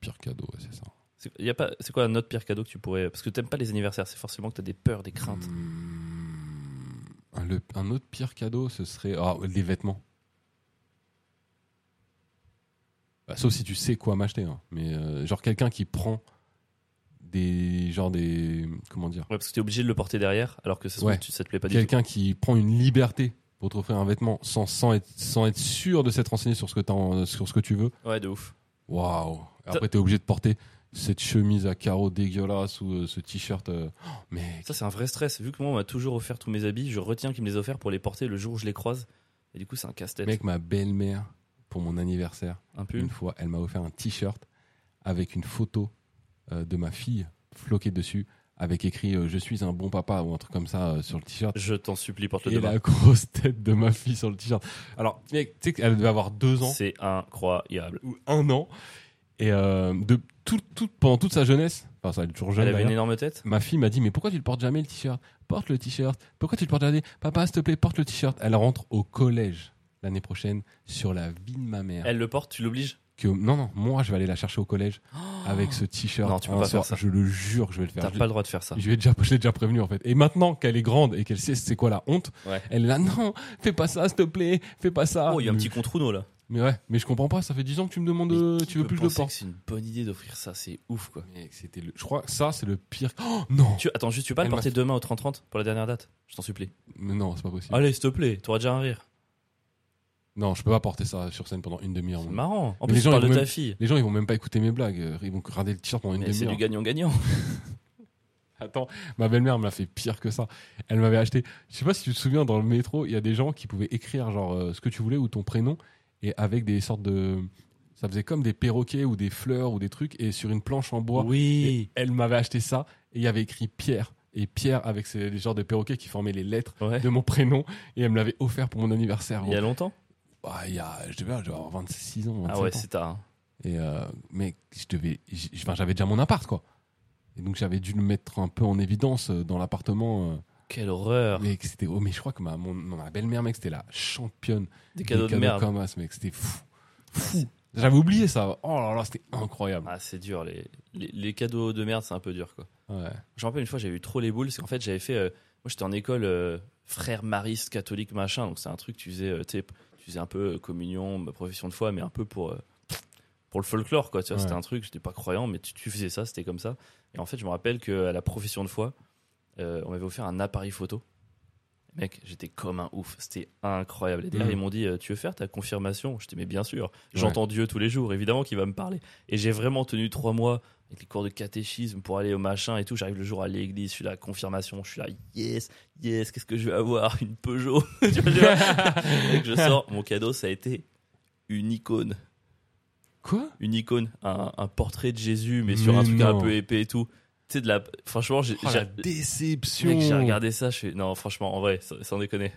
S1: pire cadeau, ouais, c'est ça.
S2: C'est y a pas- c'est quoi un autre pire cadeau que tu pourrais. Parce que t'aimes pas les anniversaires, c'est forcément que t'as des peurs, des craintes.
S1: Hmm. Mmh. Un, le- un autre pire cadeau, ce serait ah, des vêtements. Bah, sauf si tu sais quoi m'acheter. hein. Mais euh, genre quelqu'un qui prend des genre des comment dire
S2: Ouais, parce que t'es obligé de le porter derrière, alors que ça, se
S1: Ouais.
S2: trouve, tu- ça te plaît pas du tout.
S1: quelqu'un qui prend une liberté pour t'offrir un vêtement sans, sans, être, sans être sûr de s'être renseigné sur ce que, t'as en- sur ce que tu veux.
S2: Ouais, de ouf.
S1: Waouh Après, t'es obligé de porter cette chemise à carreaux dégueulasse ou euh, ce t-shirt. euh, oh, mais
S2: Ça, c'est un vrai stress. Vu que moi, on m'a toujours offert tous mes habits, je retiens qu'il me les a offerts pour les porter le jour où je les croise. Et du coup, c'est un casse-tête.
S1: mec, ma belle-mère, pour mon anniversaire,
S2: un pull.
S1: une fois, elle m'a offert un t-shirt avec une photo euh, de ma fille floquée dessus, avec écrit euh, Je suis un bon papa ou un truc comme ça euh, sur le t-shirt.
S2: Je t'en supplie, porte-le
S1: Et
S2: demain.
S1: la grosse tête de ma fille sur le t-shirt. Alors, mec, tu sais qu'elle devait avoir deux ans
S2: C'est incroyable.
S1: ou un an. Et euh, de tout, tout, pendant toute sa jeunesse, enfin, ça, elle est toujours jeune.
S2: Elle avait
S1: d'ailleurs,
S2: une énorme tête.
S1: Ma fille m'a dit mais pourquoi tu le portes jamais le t-shirt Porte le t-shirt. Pourquoi tu le portes jamais Papa, s'il te plaît, porte le t-shirt. Elle rentre au collège l'année prochaine sur la vie de ma mère.
S2: Elle le porte, tu l'obliges.
S1: Que non non, moi je vais aller la chercher au collège Oh avec ce t-shirt.
S2: Non, tu peux
S1: un
S2: pas
S1: soir.
S2: faire ça.
S1: Je le jure que je vais le
S2: T'as
S1: faire. Je,
S2: pas le droit de faire ça.
S1: je lui ai déjà, je l'ai déjà prévenu en fait. Et maintenant qu'elle est grande et qu'elle sait c'est quoi la honte,
S2: Ouais.
S1: elle est là non, fais pas ça s'il te plaît, fais pas ça.
S2: Oh, il y a un
S1: Mais-
S2: petit contre Uno, là.
S1: Mais ouais, mais je comprends pas. Ça fait 10 ans que tu me demandes, euh,
S2: Mais qui
S1: tu veux plus
S2: peut
S1: que je le
S2: penser que
S1: porte.
S2: C'est une bonne idée d'offrir ça, c'est ouf quoi.
S1: Mec, c'était le- Je crois que ça c'est le pire. Oh, non.
S2: Tu, attends, juste, tu veux pas le
S1: Elle
S2: porter demain au 30-30 pour la dernière date Je t'en supplie.
S1: Mais non, c'est pas possible.
S2: Allez, s'il te plaît, t'auras déjà un rire.
S1: Non, je peux pas porter ça sur scène pendant une demi-heure.
S2: C'est
S1: mon
S2: marrant. En
S1: Mais les
S2: plus, tu
S1: gens, ils
S2: parles de
S1: vont
S2: ta
S1: même-
S2: fille.
S1: Les gens, ils vont même pas écouter mes blagues. euh, Ils vont regarder le t-shirt pendant une
S2: Mais c'est
S1: demi-heure.
S2: du gagnant-gagnant.
S1: Attends, ma belle-mère me l'a fait pire que ça. Elle m'avait acheté. Je sais pas si tu te souviens, dans le métro, il y a des gens qui pouvaient écrire genre euh, ce que tu voulais ou ton prénom et avec des sortes de. Ça faisait comme des perroquets ou des fleurs ou des trucs et sur une planche en bois. Et
S2: Oui.
S1: Elle m'avait acheté ça et il y avait écrit Pierre. Et Pierre avec ces genres de perroquets qui formaient les lettres
S2: Ouais.
S1: de mon prénom et elle me l'avait offert pour mon anniversaire.
S2: Il y a longtemps
S1: Ah, il y a, je devais avoir 26 ans. 27
S2: Ah ouais,
S1: ans.
S2: c'est tard. hein.
S1: Et euh, mec, je devais, j- enfin, j'avais déjà mon appart quoi. Et donc j'avais dû le mettre un peu en évidence euh, dans l'appartement. euh,
S2: Quelle horreur.
S1: mais que c'était, oh, mais je crois que ma, mon- ma belle-mère mec, c'était la championne
S2: Des cadeaux de merde.
S1: comme ça, mec, c'était fou, fou. J'avais oublié ça. Oh là là, c'était incroyable.
S2: Ah, c'est dur. Les, les, les cadeaux de merde, c'est un peu dur, quoi.
S1: Ouais.
S2: Je me rappelle une fois, j'avais eu trop les boules. Parce qu'en fait, j'avais fait. euh, moi, j'étais en école euh, frère mariste catholique, machin. Donc, c'est un truc, tu faisais, euh, tu sais, tu faisais un peu euh, communion, bah, profession de foi, mais un peu pour. euh, pour le folklore, quoi. Tu vois,
S1: Ouais.
S2: c'était un truc, j'étais pas croyant, mais tu, tu faisais ça, c'était comme ça. Et en fait, je me rappelle qu'à la profession de foi, euh, on m'avait offert un appareil photo. Mec, j'étais comme un ouf. C'était incroyable. Et derrière,
S1: Mhm.
S2: ils m'ont dit euh, Tu veux faire ta confirmation Je dis Mais bien sûr. J'entends Dieu tous les jours. Évidemment qu'il va me parler. Et j'ai vraiment tenu trois mois avec les cours de catéchisme pour aller au machin et tout. J'arrive le jour à l'église, je suis là, confirmation. Je suis là, yes, yes, qu'est-ce que je vais avoir Une Peugeot. Tu vois, je- Mec, je sors. Mon cadeau, ça a été une icône
S1: Quoi
S2: une icône, un, un portrait de Jésus, mais,
S1: Mais
S2: sur un truc
S1: non.
S2: un peu épais et tout. Tu sais, de la. Franchement, j'ai
S1: Oh,
S2: j'ai-
S1: la déception.
S2: mec, j'ai regardé ça, je fais. Non, franchement, en vrai, sans, sans déconner.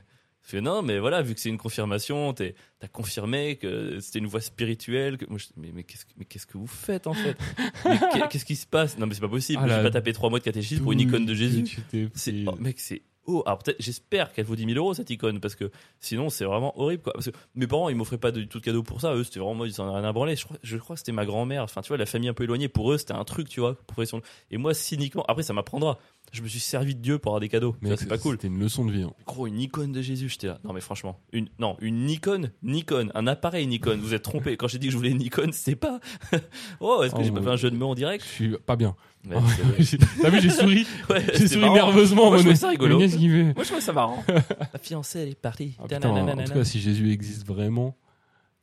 S2: Je fais non, mais voilà, vu que c'est une confirmation, t'es- t'as confirmé que c'était une voie spirituelle. que- moi, je- mais mais qu'est-ce que- mais qu'est-ce que vous faites en fait Mais qu'est- Qu'est-ce qui se passe Non, mais c'est pas possible.
S1: Ah,
S2: je vais
S1: la
S2: pas taper trois mois de catéchisme pour une
S1: D'où
S2: icône de
S1: que
S2: Jésus.
S1: tu t'es
S2: C'est,
S1: pris.
S2: oh, mec, c'est. Oh, alors peut-être, j'espère qu'elle vaut 10 000 euros cette icône, parce que sinon c'est vraiment horrible quoi. Parce que mes parents ils m'offraient pas de- du tout de cadeau pour ça, eux c'était vraiment, ils en avaient rien à branler. Je crois, je crois que c'était ma grand-mère, enfin tu vois, la famille un peu éloignée, pour eux c'était un truc, tu vois, profession. Et moi cyniquement, après ça m'apprendra, je me suis servi de Dieu pour avoir des cadeaux,
S1: Mec,
S2: ça c'est pas cool.
S1: C'était une leçon de vie. hein.
S2: Gros, une icône de Jésus, j'étais là. Non mais franchement, une, non, une icône, Nikon, un appareil Nikon, vous êtes trompé. Quand j'ai dit que je voulais une icône, c'était pas. oh, est-ce que
S1: Oh,
S2: j'ai pas
S1: mon
S2: fait un
S1: Dieu. Oh,
S2: jeu de mots en
S1: Je
S2: direct
S1: suis pas bien.
S2: Ouais, c'est-
S1: T'as vu, j'ai souri.
S2: ouais,
S1: J'ai
S2: c'était
S1: souri
S2: marrant.
S1: nerveusement.
S2: Moi, je
S1: mon-
S2: trouve ça rigolo.
S1: Qu'est-ce qu'il fait
S2: Moi je trouvais ça marrant. La fiancée elle est partie.
S1: Ah, putain, en tout cas, si Jésus existe vraiment,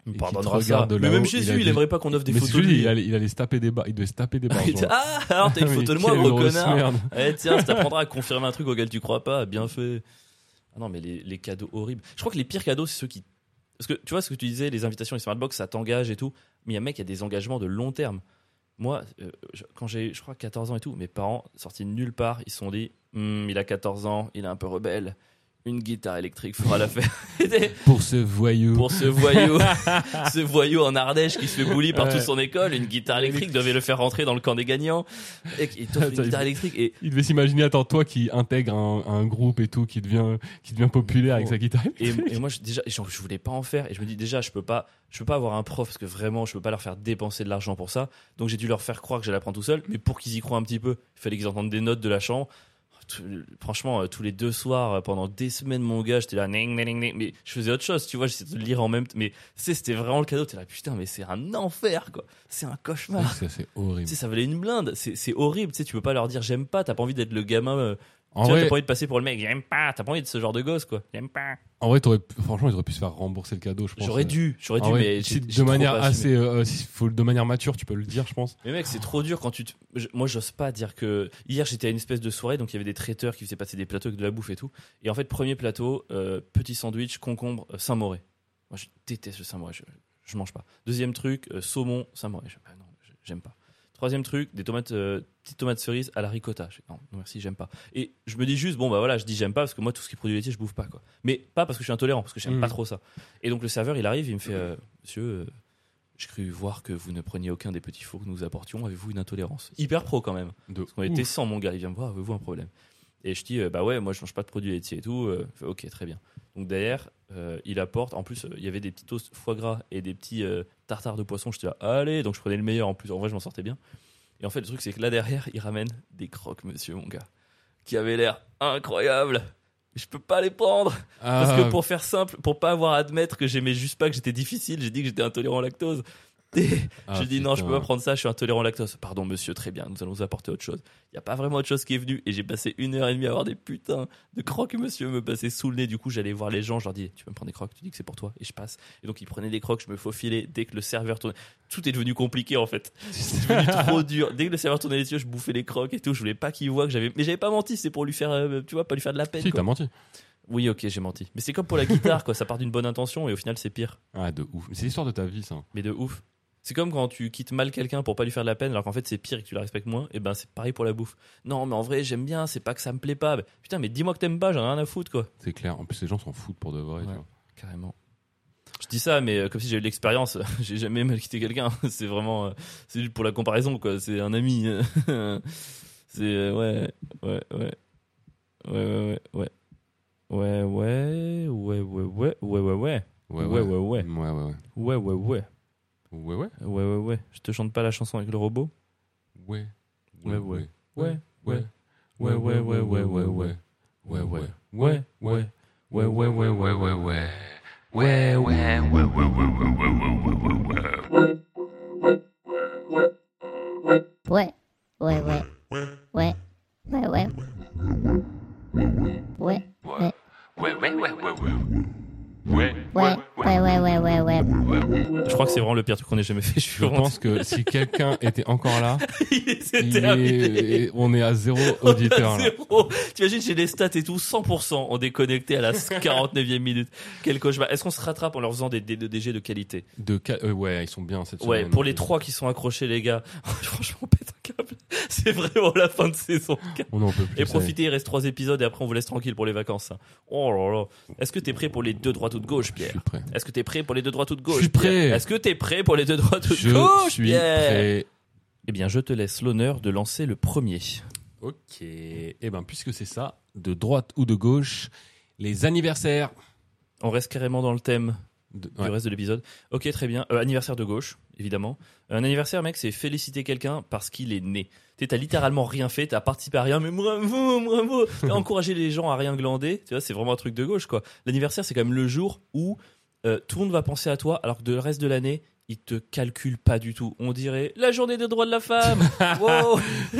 S2: Il me
S1: Et
S2: pardonnera
S1: qui te
S2: ça.
S1: regarde de
S2: Mais
S1: là-haut,
S2: même
S1: il a
S2: Jésus, il,
S1: dit-
S2: aimerait pas qu'on offre des
S1: mais
S2: photos
S1: c'est
S2: de
S1: lui,
S2: lui.
S1: il, allait- il allait se taper des barres. Il devait se taper des barres.
S2: Il dit,
S1: genre.
S2: ah, alors t'as une
S1: Mais
S2: photo
S1: quelle
S2: de moi, gros
S1: grosse
S2: connard.
S1: merde.
S2: Eh, tiens, ça t'apprendra à confirmer un truc auquel tu crois pas. Bien fait. Ah non, mais les, les cadeaux horribles. Je crois que les pires cadeaux, c'est ceux qui. Parce que tu vois ce que tu disais, les invitations, les smartbox, ça t'engage et tout. Mais il y a mec, il y a des engagements de long terme. Moi, euh, je- quand j'ai, je crois, 14 ans et tout, mes parents, sortis de nulle part, ils se sont dit Hum, il a 14 ans, il est un peu rebelle. Une guitare électrique fera l'affaire.
S1: Pour ce voyou.
S2: pour ce voyou, ce voyou en Ardèche qui se fait bully par
S1: Ouais.
S2: toute son école, une guitare électrique devait le faire rentrer dans le camp des gagnants. Et qui t'offre une
S1: Attends,
S2: guitare
S1: il-
S2: électrique et
S1: Il devait s'imaginer, attends, toi qui intègre un, un groupe et tout, qui devient, qui devient populaire avec sa guitare.
S2: et, et moi je, déjà j'en- je voulais pas en faire et je me dis déjà je peux pas je peux pas avoir un prof parce que vraiment je peux pas leur faire dépenser de l'argent pour ça donc j'ai dû leur faire croire que j'allais apprendre tout seul mais pour qu'ils y croient un petit peu il fallait qu'ils entendent des notes de la chambre Tout- franchement euh, tous les deux soirs euh, pendant des semaines mon gars j'étais là ning, ning, ning, ning. mais je faisais autre chose tu vois j'essayais de lire en même temps mais tu sais c'était vraiment le cadeau t'es là putain mais c'est un enfer quoi c'est un cauchemar
S1: Ça, c'est
S2: Tu
S1: horrible.
S2: sais, ça valait une blinde. C'est c'est horrible. Tu sais, tu peux pas leur dire j'aime pas. T'as pas envie d'être le gamin. euh,
S1: En
S2: tu vois,
S1: vrai,
S2: t'as pas envie de passer pour le mec. J'aime pas. T'as pas envie de ce genre de gosse, quoi. J'aime pas.
S1: en vrai, t'aurais pu- franchement, ils auraient pu se faire rembourser le cadeau, je pense.
S2: J'aurais dû. J'aurais
S1: En
S2: dû,
S1: vrai,
S2: mais
S1: si
S2: j'ai- j'ai
S1: Ah de
S2: trop
S1: manière
S2: pas assumé.
S1: assez, euh, si- faut- de manière mature, tu peux le dire, je pense.
S2: Mais mec, c'est trop dur quand tu. te- je- Moi, j'ose pas dire que. Hier, j'étais à une espèce de soirée, donc il y avait des traiteurs qui faisaient passer des plateaux avec de la bouffe et tout. Et en fait, premier plateau, euh, petit sandwich, concombre, euh, Saint-Mauré. Moi, je déteste le Saint-Mauré. Je, je mange pas. Deuxième truc, euh, saumon, Saint-Mauré. Je- bah non, je- j'aime pas. Troisième truc, des tomates, euh, petites tomates cerises à la ricotta. Je- non, non, merci, j'aime pas. Et je me dis juste, bon, bah voilà, je dis j'aime pas parce que moi, tout ce qui est produit laitier, je bouffe pas, quoi. Mais pas parce que je suis intolérant, parce que j'aime
S1: Mhm.
S2: pas trop ça. Et donc, le serveur, il arrive, il me fait, euh, monsieur. euh, j'ai cru voir que vous ne preniez aucun des petits fours que nous apportions. Avez-vous une intolérance Hyper pro quand même.
S1: De
S2: Parce qu'on était 100, mon gars. Il vient me voir. Avez-vous un problème Et je dis, euh, bah ouais, moi je mange pas de produits laitiers et tout. Euh, il fait, ok, très bien. Donc derrière, euh, il apporte. En plus, euh, il y avait des petits toasts foie gras et des petits euh, tartares de poisson. J'étais là, allez. Donc je prenais le meilleur en plus. En vrai, je m'en sortais bien. Et en fait, le truc, c'est que là derrière, il ramène des croques, monsieur, mon gars, qui avaient l'air incroyables. Je peux pas les prendre.
S1: Ah.
S2: Parce que pour faire simple, pour pas avoir à admettre que j'aimais juste pas que j'étais difficile, j'ai dit que j'étais intolérant au lactose. Et
S1: ah,
S2: j'ai dit non, je peux pas prendre ça, je suis intolérant au lactose. Pardon monsieur, très bien, nous allons vous apporter autre chose. Il y a pas vraiment autre chose qui est venue et j'ai passé une heure et demie à avoir des putains de crocs monsieur me passer sous le nez. Du coup, j'allais voir les gens, je leur dis tu peux me prendre des crocs, tu dis que c'est pour toi et je passe. Et donc ils prenaient des crocs, je me faufilais dès que le serveur tournait. Tout est devenu compliqué en fait. C'est devenu trop dur. Dès que le serveur tournait les yeux, je bouffais les crocs et tout, je voulais pas qu'il voit que j'avais mais j'avais pas menti, c'est pour lui faire euh, tu vois, pas lui faire de la peine.
S1: Si,
S2: quoi.
S1: t'as menti.
S2: Oui, ok, j'ai menti. Mais c'est comme pour la guitare, quoi. Ça part d'une bonne intention et au final, c'est pire.
S1: Ah, de ouf. Mais C'est l'histoire de ta vie, ça.
S2: Mais de ouf. C'est comme quand tu quittes mal quelqu'un pour pas lui faire de la peine, alors qu'en fait, c'est pire et que tu la respectes moins. Et ben, c'est pareil pour la bouffe. Non, mais en vrai, j'aime bien. C'est pas que ça me plaît pas. Mais putain, mais dis-moi que t'aimes pas. J'en ai rien à foutre, quoi.
S1: C'est clair. En plus, les gens s'en foutent pour de vrai. tu
S2: Ouais.
S1: vois.
S2: Carrément. Je dis ça, mais euh, comme si j'avais eu de l'expérience. j'ai jamais mal quitté quelqu'un. c'est vraiment. euh, c'est juste pour la comparaison, quoi. C'est un ami. c'est. euh, ouais. Ouais, ouais. Ouais, ouais, ouais. Ouais, ouais. Ouais, ouais, ouais. Ouais, ouais, ouais.
S1: Ouais,
S2: Ouais, ouais, ouais.
S1: ouais, ouais.
S2: Ouais, ouais, ouais.
S1: Ouais, ouais.
S2: Ouais, ouais, ouais. Je te chante pas la chanson avec le robot
S1: Ouais.
S2: Ouais, ouais. Ouais, ouais.
S1: Ouais, ouais, ouais, ouais, ouais, ouais. Ouais, ouais. Ouais, ouais. Ouais, ouais, ouais, ouais, ouais, ouais.
S6: Ouais, ouais, ouais.
S5: Ouais, ouais, ouais. Ouais, ouais, ouais.
S6: Ouais,
S5: Ouais, ouais.
S6: ouais, ouais, ouais, ouais.
S5: Ouais, ouais, ouais, ouais, ouais, ouais.
S2: Je crois que c'est vraiment le pire truc qu'on ait jamais fait. Je suis
S1: Je
S2: vraiment.
S1: pense que si quelqu'un était encore là,
S2: c'est
S1: il
S2: terminé.
S1: est- on est à zéro
S2: On a
S1: auditeur. là.
S2: zéro. T'imagines, j'ai les stats et tout, 100%. On déconnecté à la 49e minute. Quel cauchemar. Est-ce qu'on se rattrape en leur faisant des, des, des jets de qualité
S1: De ca- euh, ouais, ils sont bien cette
S2: Ouais,
S1: semaine.
S2: pour les trois qui sont accrochés, les gars. Franchement, on pète un câble. C'est vraiment la fin de saison.
S1: On en peut plus.
S2: Et
S1: ça y est.
S2: profitez, il reste trois épisodes et après on vous laisse tranquille pour les vacances. hein. Oh là là. Est-ce que t'es prêt pour les deux droites ou de gauche,
S1: Je
S2: Pierre
S1: suis prêt.
S2: Est-ce que t'es prêt pour les deux droits ou de gauche
S1: Je suis prêt.
S2: Pierre Est-ce que t'es prêt pour les deux droits ou de gauche
S1: Je suis
S2: Pierre
S1: prêt.
S2: Eh bien, je te laisse l'honneur de lancer le premier.
S1: Ok. Eh ben, puisque c'est ça, de droite ou de gauche, les anniversaires.
S2: On reste carrément dans le thème
S1: De...
S2: du
S1: ouais.
S2: reste de l'épisode. Ok, très bien. Euh, anniversaire de gauche, évidemment. Un anniversaire, mec, c'est féliciter quelqu'un parce qu'il est né. Tu sais, T'as littéralement rien fait, t'as participé à rien, mais bravo, bravo. T'as encouragé les gens à rien glander. Tu vois, c'est vraiment un truc de gauche, quoi. L'anniversaire, c'est quand même le jour où euh, tout le monde va penser à toi, alors que de le reste de l'année, il te calcule pas du tout. On dirait la journée des droits de la femme. Wow.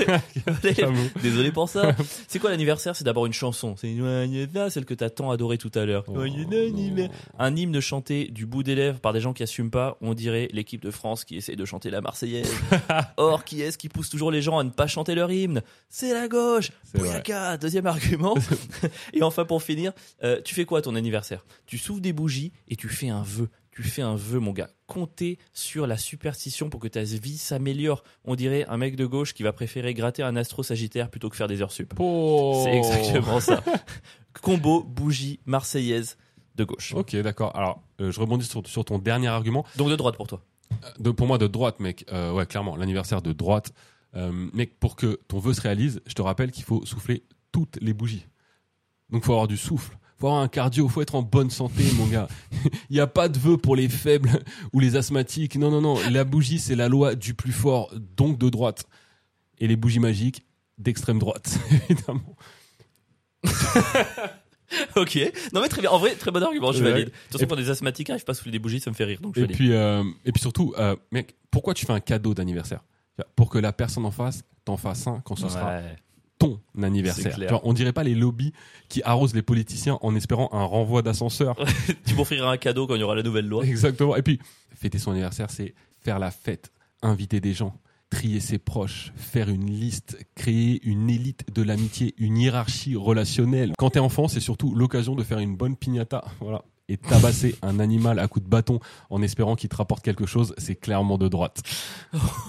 S1: J'avoue.
S2: Désolé pour ça. C'est quoi l'anniversaire C'est d'abord une chanson. C'est Noyena, celle que t'as tant adoré tout à l'heure.
S1: Oh,
S2: Noyena, Noyena.
S1: non.
S2: Un hymne chanté du bout des lèvres par des gens qui assument pas, on dirait l'équipe de France qui essaie de chanter la Marseillaise. Or, qui est-ce qui pousse toujours les gens à ne pas chanter leur hymne C'est la gauche
S1: C'est vrai.
S2: Bouyaka Deuxième argument. et enfin, pour finir, euh, tu fais quoi à ton anniversaire Tu souffles des bougies et tu fais un vœu. Tu fais un vœu, mon gars. Comptez sur la superstition pour que ta vie s'améliore. On dirait un mec de gauche qui va préférer gratter un astro sagittaire plutôt que faire des heures sup.
S1: Oh.
S2: C'est exactement ça. Combo bougie marseillaise de gauche.
S1: Ok, d'accord. Alors, euh, je rebondis sur, sur ton dernier argument.
S2: Donc de droite pour toi.
S1: De, pour moi, de droite, mec. Euh, ouais, clairement, l'anniversaire de droite. Euh, mec, pour que ton vœu se réalise, je te rappelle qu'il faut souffler toutes les bougies. Donc, faut avoir du souffle. Faut avoir un cardio, faut être en bonne santé, mon gars. Il n'y a pas de vœu pour les faibles ou les asthmatiques. Non, non, non. La bougie, c'est la loi du plus fort, donc de droite. Et les bougies magiques, d'extrême droite, évidemment.
S2: Ok. Non mais très bien. En vrai, très bon argument. Je
S1: Ouais.
S2: valide. De toute façon,
S1: Et-
S2: pour des asthmatiques, ils n'arrivent pas à souffler des bougies, ça me fait rire. Donc je
S1: Et
S2: valide.
S1: puis, euh, et puis surtout, euh, mec, pourquoi tu fais un cadeau d'anniversaire Pour que la personne en face t'en fasse un quand ce sera
S2: Ouais.
S1: ton
S2: C'est
S1: anniversaire.
S2: clair.
S1: Tu vois, on dirait pas les lobbies qui arrosent les politiciens en espérant un renvoi d'ascenseur.
S2: tu m'offriras un cadeau quand il y aura la nouvelle loi.
S1: Exactement. Et puis, fêter son anniversaire, c'est faire la fête, inviter des gens, trier ses proches, faire une liste, créer une élite de l'amitié, une hiérarchie relationnelle. Quand t'es enfant, c'est surtout l'occasion de faire une bonne piñata. Voilà. Et tabasser un animal à coups de bâton en espérant qu'il te rapporte quelque chose, c'est clairement de droite.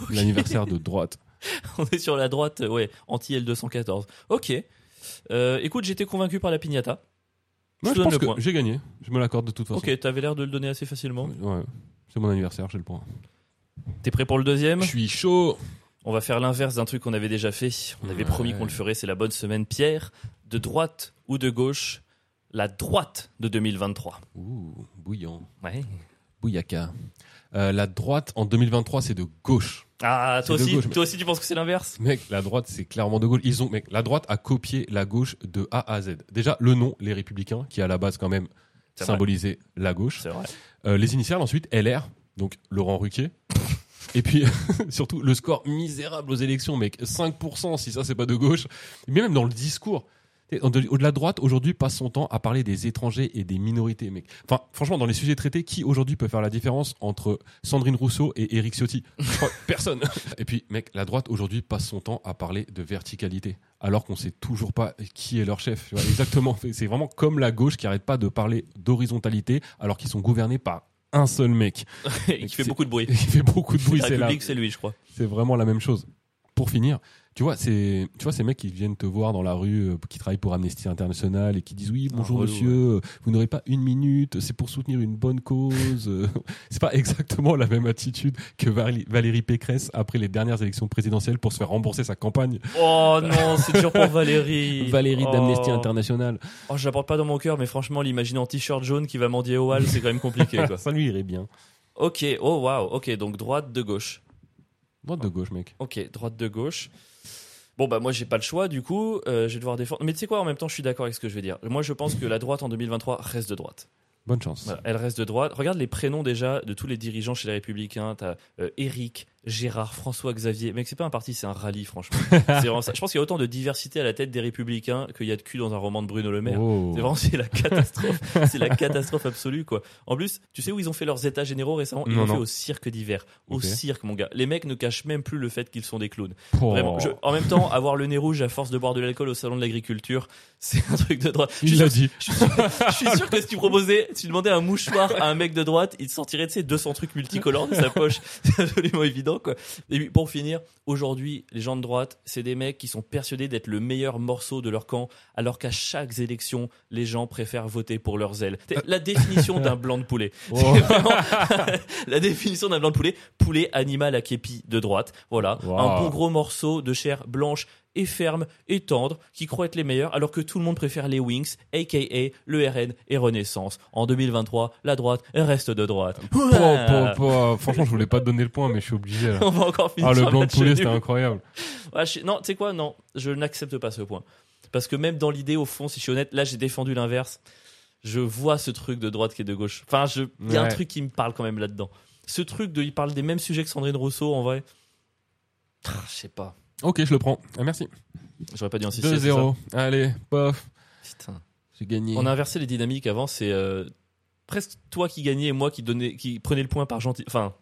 S1: L'anniversaire de droite.
S2: On est sur la droite, euh, ouais, anti-L214. Ok. Euh, écoute, j'étais convaincu par la piñata.
S1: Moi,
S2: te
S1: je
S2: donne
S1: pense
S2: le point.
S1: que j'ai gagné. Je me l'accorde de toute façon.
S2: Ok, t'avais l'air de le donner assez facilement.
S1: Ouais. C'est mon anniversaire, j'ai le point.
S2: T'es prêt pour le deuxième
S1: Je suis chaud.
S2: On va faire l'inverse d'un truc qu'on avait déjà fait. On
S1: Ouais.
S2: avait promis qu'on le ferait, c'est la bonne semaine. Pierre, de droite ou de gauche La droite de 2023.
S1: Ouh, bouillant.
S2: Ouais.
S1: Bouyaka. Euh, la droite en 2023, c'est de gauche.
S2: Ah, toi
S1: C'est de
S2: aussi,
S1: gauche, mais-
S2: toi aussi, tu penses que c'est l'inverse
S1: Mec, la droite, c'est clairement de gauche. Ils ont, mec, la droite a copié la gauche de A à Z. Déjà, le nom, les Républicains, qui à la base quand même
S2: C'est vrai.
S1: symbolisait la gauche.
S2: C'est vrai.
S1: Euh, les initiales, ensuite, LR, donc Laurent Ruquier. Et puis, surtout, le score misérable aux élections, mec. 5%, si ça, c'est pas de gauche. Mais même dans le discours. Et en- de- Au-delà de droite, aujourd'hui, passe son temps à parler des étrangers et des minorités, mec. Enfin, franchement, dans les sujets traités, qui aujourd'hui peut faire la différence entre Sandrine Rousseau et Éric Ciotti Je crois que Personne. Et puis, mec, la droite, aujourd'hui, passe son temps à parler de verticalité, alors qu'on sait toujours pas qui est leur chef. Tu vois, exactement. C'est vraiment comme la gauche qui arrête pas de parler d'horizontalité, alors qu'ils sont gouvernés par un seul mec. c'est-
S2: Il fait beaucoup de bruit.
S1: Il fait beaucoup de bruit,
S2: la
S1: c'est là.
S2: République, c'est lui, je crois.
S1: C'est vraiment la même chose. Pour finir, tu vois, c'est, tu vois, ces mecs qui viennent te voir dans la rue, euh, qui travaillent pour Amnesty International et qui disent oui, bonjour
S2: relou,
S1: monsieur, euh, vous n'aurez pas une minute, c'est pour soutenir une bonne cause. Euh, c'est pas exactement la même attitude que Valérie Valérie Pécresse après les dernières élections présidentielles pour se faire rembourser sa campagne.
S2: Oh non, c'est dur pour Valérie.
S1: Valérie d'Amnesty
S2: Oh.
S1: International.
S2: Oh, je l'apporte pas dans mon cœur, mais franchement, l'imaginer en t-shirt jaune qui va mendier au hall, c'est quand même compliqué. Quoi.
S1: Ça lui irait bien.
S2: ok, oh waouh, ok, donc droite de gauche.
S1: Droite de gauche, mec.
S2: Ok, droite de gauche. Bon, bah moi, j'ai pas le choix, du coup, euh, je vais devoir défendre. Mais tu sais quoi, en même temps, je suis d'accord avec ce que je vais dire. Moi, je pense que la droite en 2023 reste de droite.
S1: Bonne chance.
S2: Voilà, elle reste de droite. Regarde les prénoms déjà de tous les dirigeants chez les Républicains. T'as euh, Éric, Gérard, François-Xavier. Mec, c'est pas un parti, c'est un rallye, franchement. c'est vraiment ça. Je pense qu'il y a autant de diversité à la tête des Républicains qu'il y a de cul dans un roman de Bruno Le Maire.
S1: Oh.
S2: C'est vraiment c'est la catastrophe, c'est la catastrophe absolue quoi. En plus, tu sais où ils ont fait leurs états généraux récemment Ils
S1: Non,
S2: l'ont fait
S1: non.
S2: au cirque d'hiver, au
S1: Ok.
S2: cirque mon gars. Les mecs ne cachent même plus le fait qu'ils sont des clowns.
S1: Oh.
S2: Vraiment. Je- en même temps, avoir le nez rouge à force de boire de l'alcool au salon de l'agriculture, c'est un truc de droite. Je suis
S1: Il
S2: sûr-
S1: l'a dit.
S2: je suis sûr, je suis sûr que si tu proposais, si tu demandais un mouchoir à un mec de droite, il te sortirait de ses 200 trucs multicolores de sa poche. C'est absolument évident, quoi. Et puis, pour finir, aujourd'hui, les gens de droite, c'est des mecs qui sont persuadés d'être le meilleur morceau de leur camp, alors qu'à chaque élection, les gens préfèrent voter pour leurs ailes. C'est la définition d'un blanc de poulet.
S1: Oh.
S2: C'est vraiment la définition d'un blanc de poulet. Poulet animal à képi de droite. Voilà.
S1: Wow.
S2: Un bon gros morceau de chair blanche et ferme et tendre qui croient être les meilleurs alors que tout le monde préfère les Wings, aka le RN et Renaissance. En 2023, la droite reste de droite.
S1: Oh,
S2: Ouah.
S1: oh, oh. Franchement, je voulais pas te donner le point, mais je suis obligé. là.
S2: On va encore finir
S1: Ah, le
S2: sur
S1: blanc de
S2: match
S1: poulet,
S2: nul.
S1: c'était incroyable.
S2: Ouais, Ah, je- Non, tu sais quoi Non, je n'accepte pas ce point. Parce que même dans l'idée, au fond, si je suis honnête, là j'ai défendu l'inverse. Je vois ce truc de droite qui est de gauche. Enfin, je- il y a un
S1: Ouais.
S2: truc qui me parle quand même là-dedans. ce truc de il parle des mêmes sujets que Sandrine Rousseau en vrai. Ah, Je sais pas.
S1: Ok, je le prends. Ah, merci.
S2: J'aurais pas dû insister. c'est
S1: 2-0. Allez, pof.
S2: ça. Putain.
S1: J'ai gagné.
S2: On a inversé les dynamiques avant, c'est euh, presque toi qui gagnais et moi qui donnais, qui prenais le point par gentil. Enfin,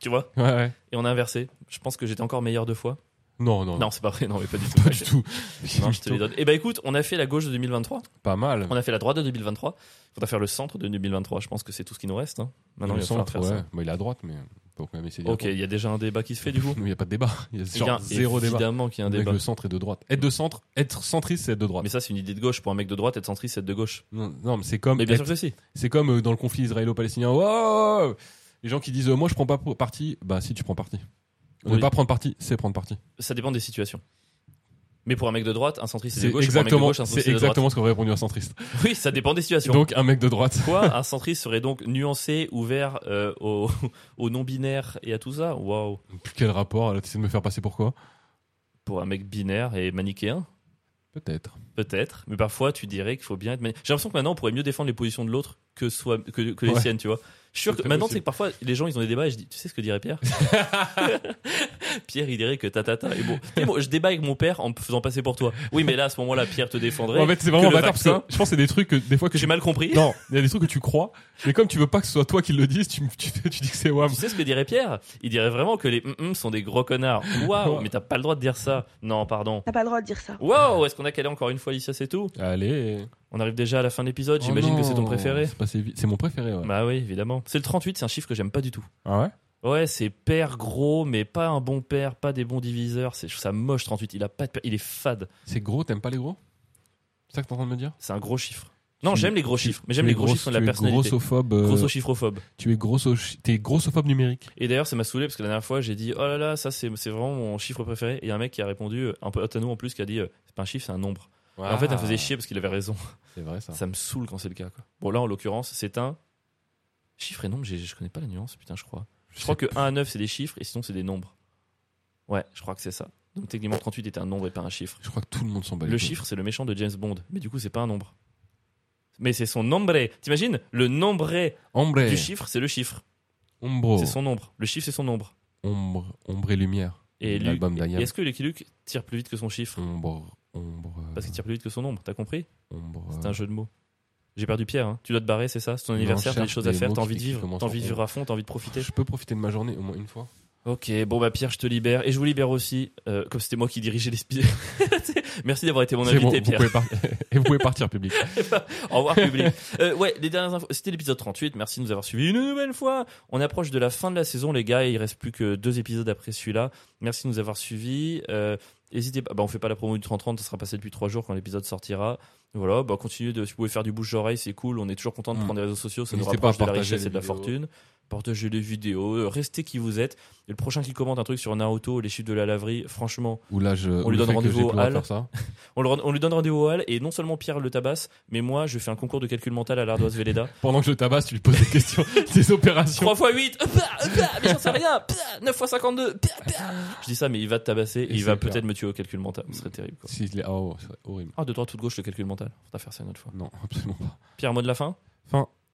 S2: tu vois.
S1: Ouais, ouais.
S2: Et on a inversé. Je pense que j'étais encore meilleur deux fois.
S1: Non, non.
S2: Non, c'est pas vrai. Non, mais pas du tout.
S1: Pas du tout.
S2: Non, je te les donne. Eh ben écoute, on a fait la gauche de 2023.
S1: Pas mal.
S2: On a fait la droite de 2023. Il faudra faire le centre de 2023. Je pense que c'est tout ce qui nous reste. hein. Maintenant,
S1: Le
S2: il va falloir
S1: centre,
S2: faire
S1: ouais.
S2: ça.
S1: Bon, il est à droite, mais on peut quand même essayer. d'y
S2: Ok, il y a déjà un débat qui se fait du coup. Eh
S1: Il n'y a pas de débat. Il y a
S2: Il y a
S1: genre zéro débat.
S2: Évidemment qu'il y a un
S1: Le mec,
S2: débat.
S1: Le centre est de droite. Être de centre, être centriste, c'est être de droite.
S2: Mais ça, c'est une idée de gauche. Pour un mec de droite, être centriste, c'est être de gauche.
S1: Non, non, mais c'est comme,
S2: Mais bien sûr
S1: être-
S2: que si.
S1: c'est comme euh, dans le conflit israélo-palestinien. Oh les gens qui disent euh, moi je prends pas pour- parti, bah si tu prends parti. Ne
S2: Oui.
S1: pas prendre parti, c'est prendre parti.
S2: Ça dépend des situations. Mais pour un mec de droite, un centriste, c'est de
S1: C'est
S2: gauche. et pour un mec de
S1: exactement,
S2: gauche, un centriste,
S1: c'est
S2: c'est de droite.
S1: exactement ce qu'aurait répondu un centriste.
S2: Oui, ça dépend des situations.
S1: Donc un mec de droite.
S2: Quoi Un centriste serait donc nuancé, ouvert euh, au, au non-binaire et à tout ça Waouh
S1: Plus quel rapport Elle essaie de me faire passer pour quoi
S2: Pour un mec binaire et manichéen
S1: Peut-être.
S2: Peut-être, mais parfois tu dirais qu'il faut bien être. mani- J'ai l'impression que maintenant on pourrait mieux défendre les positions de l'autre que, soi- que, que les
S1: Ouais.
S2: siennes, tu vois. Je suis sûr
S1: C'est
S2: que
S1: très
S2: maintenant,
S1: possible.
S2: c'est que parfois les gens ils ont des débats et je dis, tu sais ce que dirait Pierre Pierre il dirait que ta ta ta. Et bon, tu sais, moi, je débat avec mon père en me faisant passer pour toi. Oui, mais là à ce moment-là, Pierre te défendrait.
S1: en fait, c'est vraiment
S2: que le
S1: bâtard parce
S2: vaccin-
S1: que je pense que c'est des trucs que des fois que
S2: que j'ai
S1: tu-
S2: mal compris.
S1: Non, il y a des trucs que tu crois, mais comme tu veux pas que ce soit toi qui le dise, tu, tu, tu dis que c'est WAM.
S2: Tu sais ce que dirait Pierre Il dirait vraiment que les hum sont des gros connards. Waouh, mais t'as pas le droit de dire ça. Non, pardon.
S7: T'as pas le droit de dire ça.
S2: Waouh, est-ce qu'on a calé encore une fois Alicia, c'est tout
S1: Allez.
S2: On arrive déjà à la fin de l'épisode, j'imagine
S1: Oh
S2: que c'est ton
S1: non,
S2: préféré.
S1: C'est passé vite. C'est mon préféré, ouais.
S2: Bah oui, évidemment. C'est le 38, c'est un chiffre que j'aime pas du tout.
S1: Ah ouais
S2: Ouais, c'est père gros, mais pas un bon père, pas des bons diviseurs. C'est, je trouve ça moche, 38. Il a pas de père, il est fade.
S1: C'est gros, t'aimes pas les gros C'est ça que t'es en train de me dire
S2: C'est un gros chiffre. Non,
S1: Tu-
S2: j'aime les gros chiffres, mais j'aime
S1: Tu
S2: les
S1: es
S2: gros
S1: grosse-
S2: chiffres de la
S1: tu es
S2: personnalité.
S1: Grossophobe. euh,
S2: Grosso chiffrophobe.
S1: tu es grosso, t'es grossophobe numérique.
S2: Et d'ailleurs, ça m'a saoulé parce que la dernière fois, j'ai dit Oh là là, ça c'est, c'est vraiment mon chiffre préféré. Et il y a un mec qui a répondu, euh, un peu à nous en plus, qui a dit euh, C'est pas un chiffre, c'est un nombre. Et en fait, ça
S1: Ah.
S2: me faisait chier parce qu'il avait raison.
S1: C'est vrai ça.
S2: Ça me saoule quand c'est le cas. quoi. Bon, là, en l'occurrence, c'est un chiffre et nombre. j'ai- Je connais pas la nuance, putain, je crois. Je crois que 1 à 9, c'est des chiffres et sinon, c'est des nombres. Ouais, je crois que c'est ça. Donc, techniquement, 38 est un nombre et pas un chiffre.
S1: Je crois que tout le monde s'en bat. les
S2: Le
S1: couilles.
S2: chiffre, c'est le méchant de James Bond. Mais du coup, c'est pas un nombre. Mais c'est son nombre. T'imagines Le nombre
S1: Ombre.
S2: du chiffre, c'est le chiffre.
S1: Ombro.
S2: C'est son nombre. Le chiffre, c'est son nombre.
S1: Ombre. Ombre et lumière.
S2: Et Luke-
S1: l'album
S2: Et
S1: d'Ayam.
S2: est-ce que Lucky Luke tire plus vite que son chiffre
S1: Ombre. Ombre.
S2: Parce qu'il tire plus vite que son nombre, t'as compris
S1: Ombre.
S2: C'est un jeu de mots. J'ai perdu Pierre, hein. tu dois te barrer, c'est ça C'est ton anniversaire,
S1: je
S2: t'as des
S1: cherche
S2: choses à
S1: des
S2: faire,
S1: mots
S2: t'as
S1: qui-
S2: envie de
S1: qui
S2: vivre,
S1: commencent
S2: t'as
S1: en
S2: envie de
S1: O.
S2: vivre à fond, t'as envie de profiter.
S1: Je peux profiter de ma journée au moins une fois.
S2: Ok, bon bah Pierre, je te libère et je vous libère aussi, euh, comme c'était moi qui dirigeais les Merci d'avoir été mon
S1: C'est
S2: invité,
S1: bon, vous
S2: Pierre.
S1: pouvez par- et vous pouvez partir public.
S2: Au revoir, public. Euh, ouais, les dernières infos. C'était l'épisode 38. Merci de nous avoir suivis une nouvelle fois. On approche de la fin de la saison, les gars. et il reste plus que deux épisodes après celui-là. Merci de nous avoir suivis. Euh, N'hésitez pas. Bah, on fait pas la promo du 30-30. Ça sera passé depuis trois jours quand l'épisode sortira. Voilà. Bah, continuez de. Si vous pouvez faire du bouche-oreille, c'est cool. On est toujours content de
S1: Mm.
S2: prendre des réseaux sociaux. Ça nous
S1: N'hésitez pas
S2: rapproche
S1: à
S2: de la
S1: partager
S2: richesse et
S1: les
S2: de la
S1: vidéos.
S2: fortune. Partagez les vidéos. euh, Restez qui vous êtes. Et le prochain qui commente un truc sur Naruto, les chutes de la laverie, franchement.
S1: Ou là, je.
S2: On lui
S1: le fait
S2: donne
S1: que j'ai
S2: rendez-vous
S1: plus le droit de
S2: au hall.
S1: faire ça.
S2: On, le rend- on lui donne rendez-vous au hall et non seulement Pierre le tabasse, mais moi je fais un concours de calcul mental à l'ardoise Véleda.
S1: Pendant que je tabasse, tu lui poses des questions, des opérations.
S2: 3 x 8, euh, bah, euh, bah, mais j'en sais rien, bah, 9 x 52, bah, bah. je dis ça, mais il va te tabasser, et il
S1: c'est
S2: va
S1: clair.
S2: peut-être me tuer au calcul mental, ce serait terrible. Quoi.
S1: Si, je l'ai- oh, c'est horrible.
S2: Ah, de droite, tout de gauche, le calcul mental, faudra faire ça une autre fois.
S1: Non, absolument pas.
S2: Pierre, mot de la fin
S1: Fin.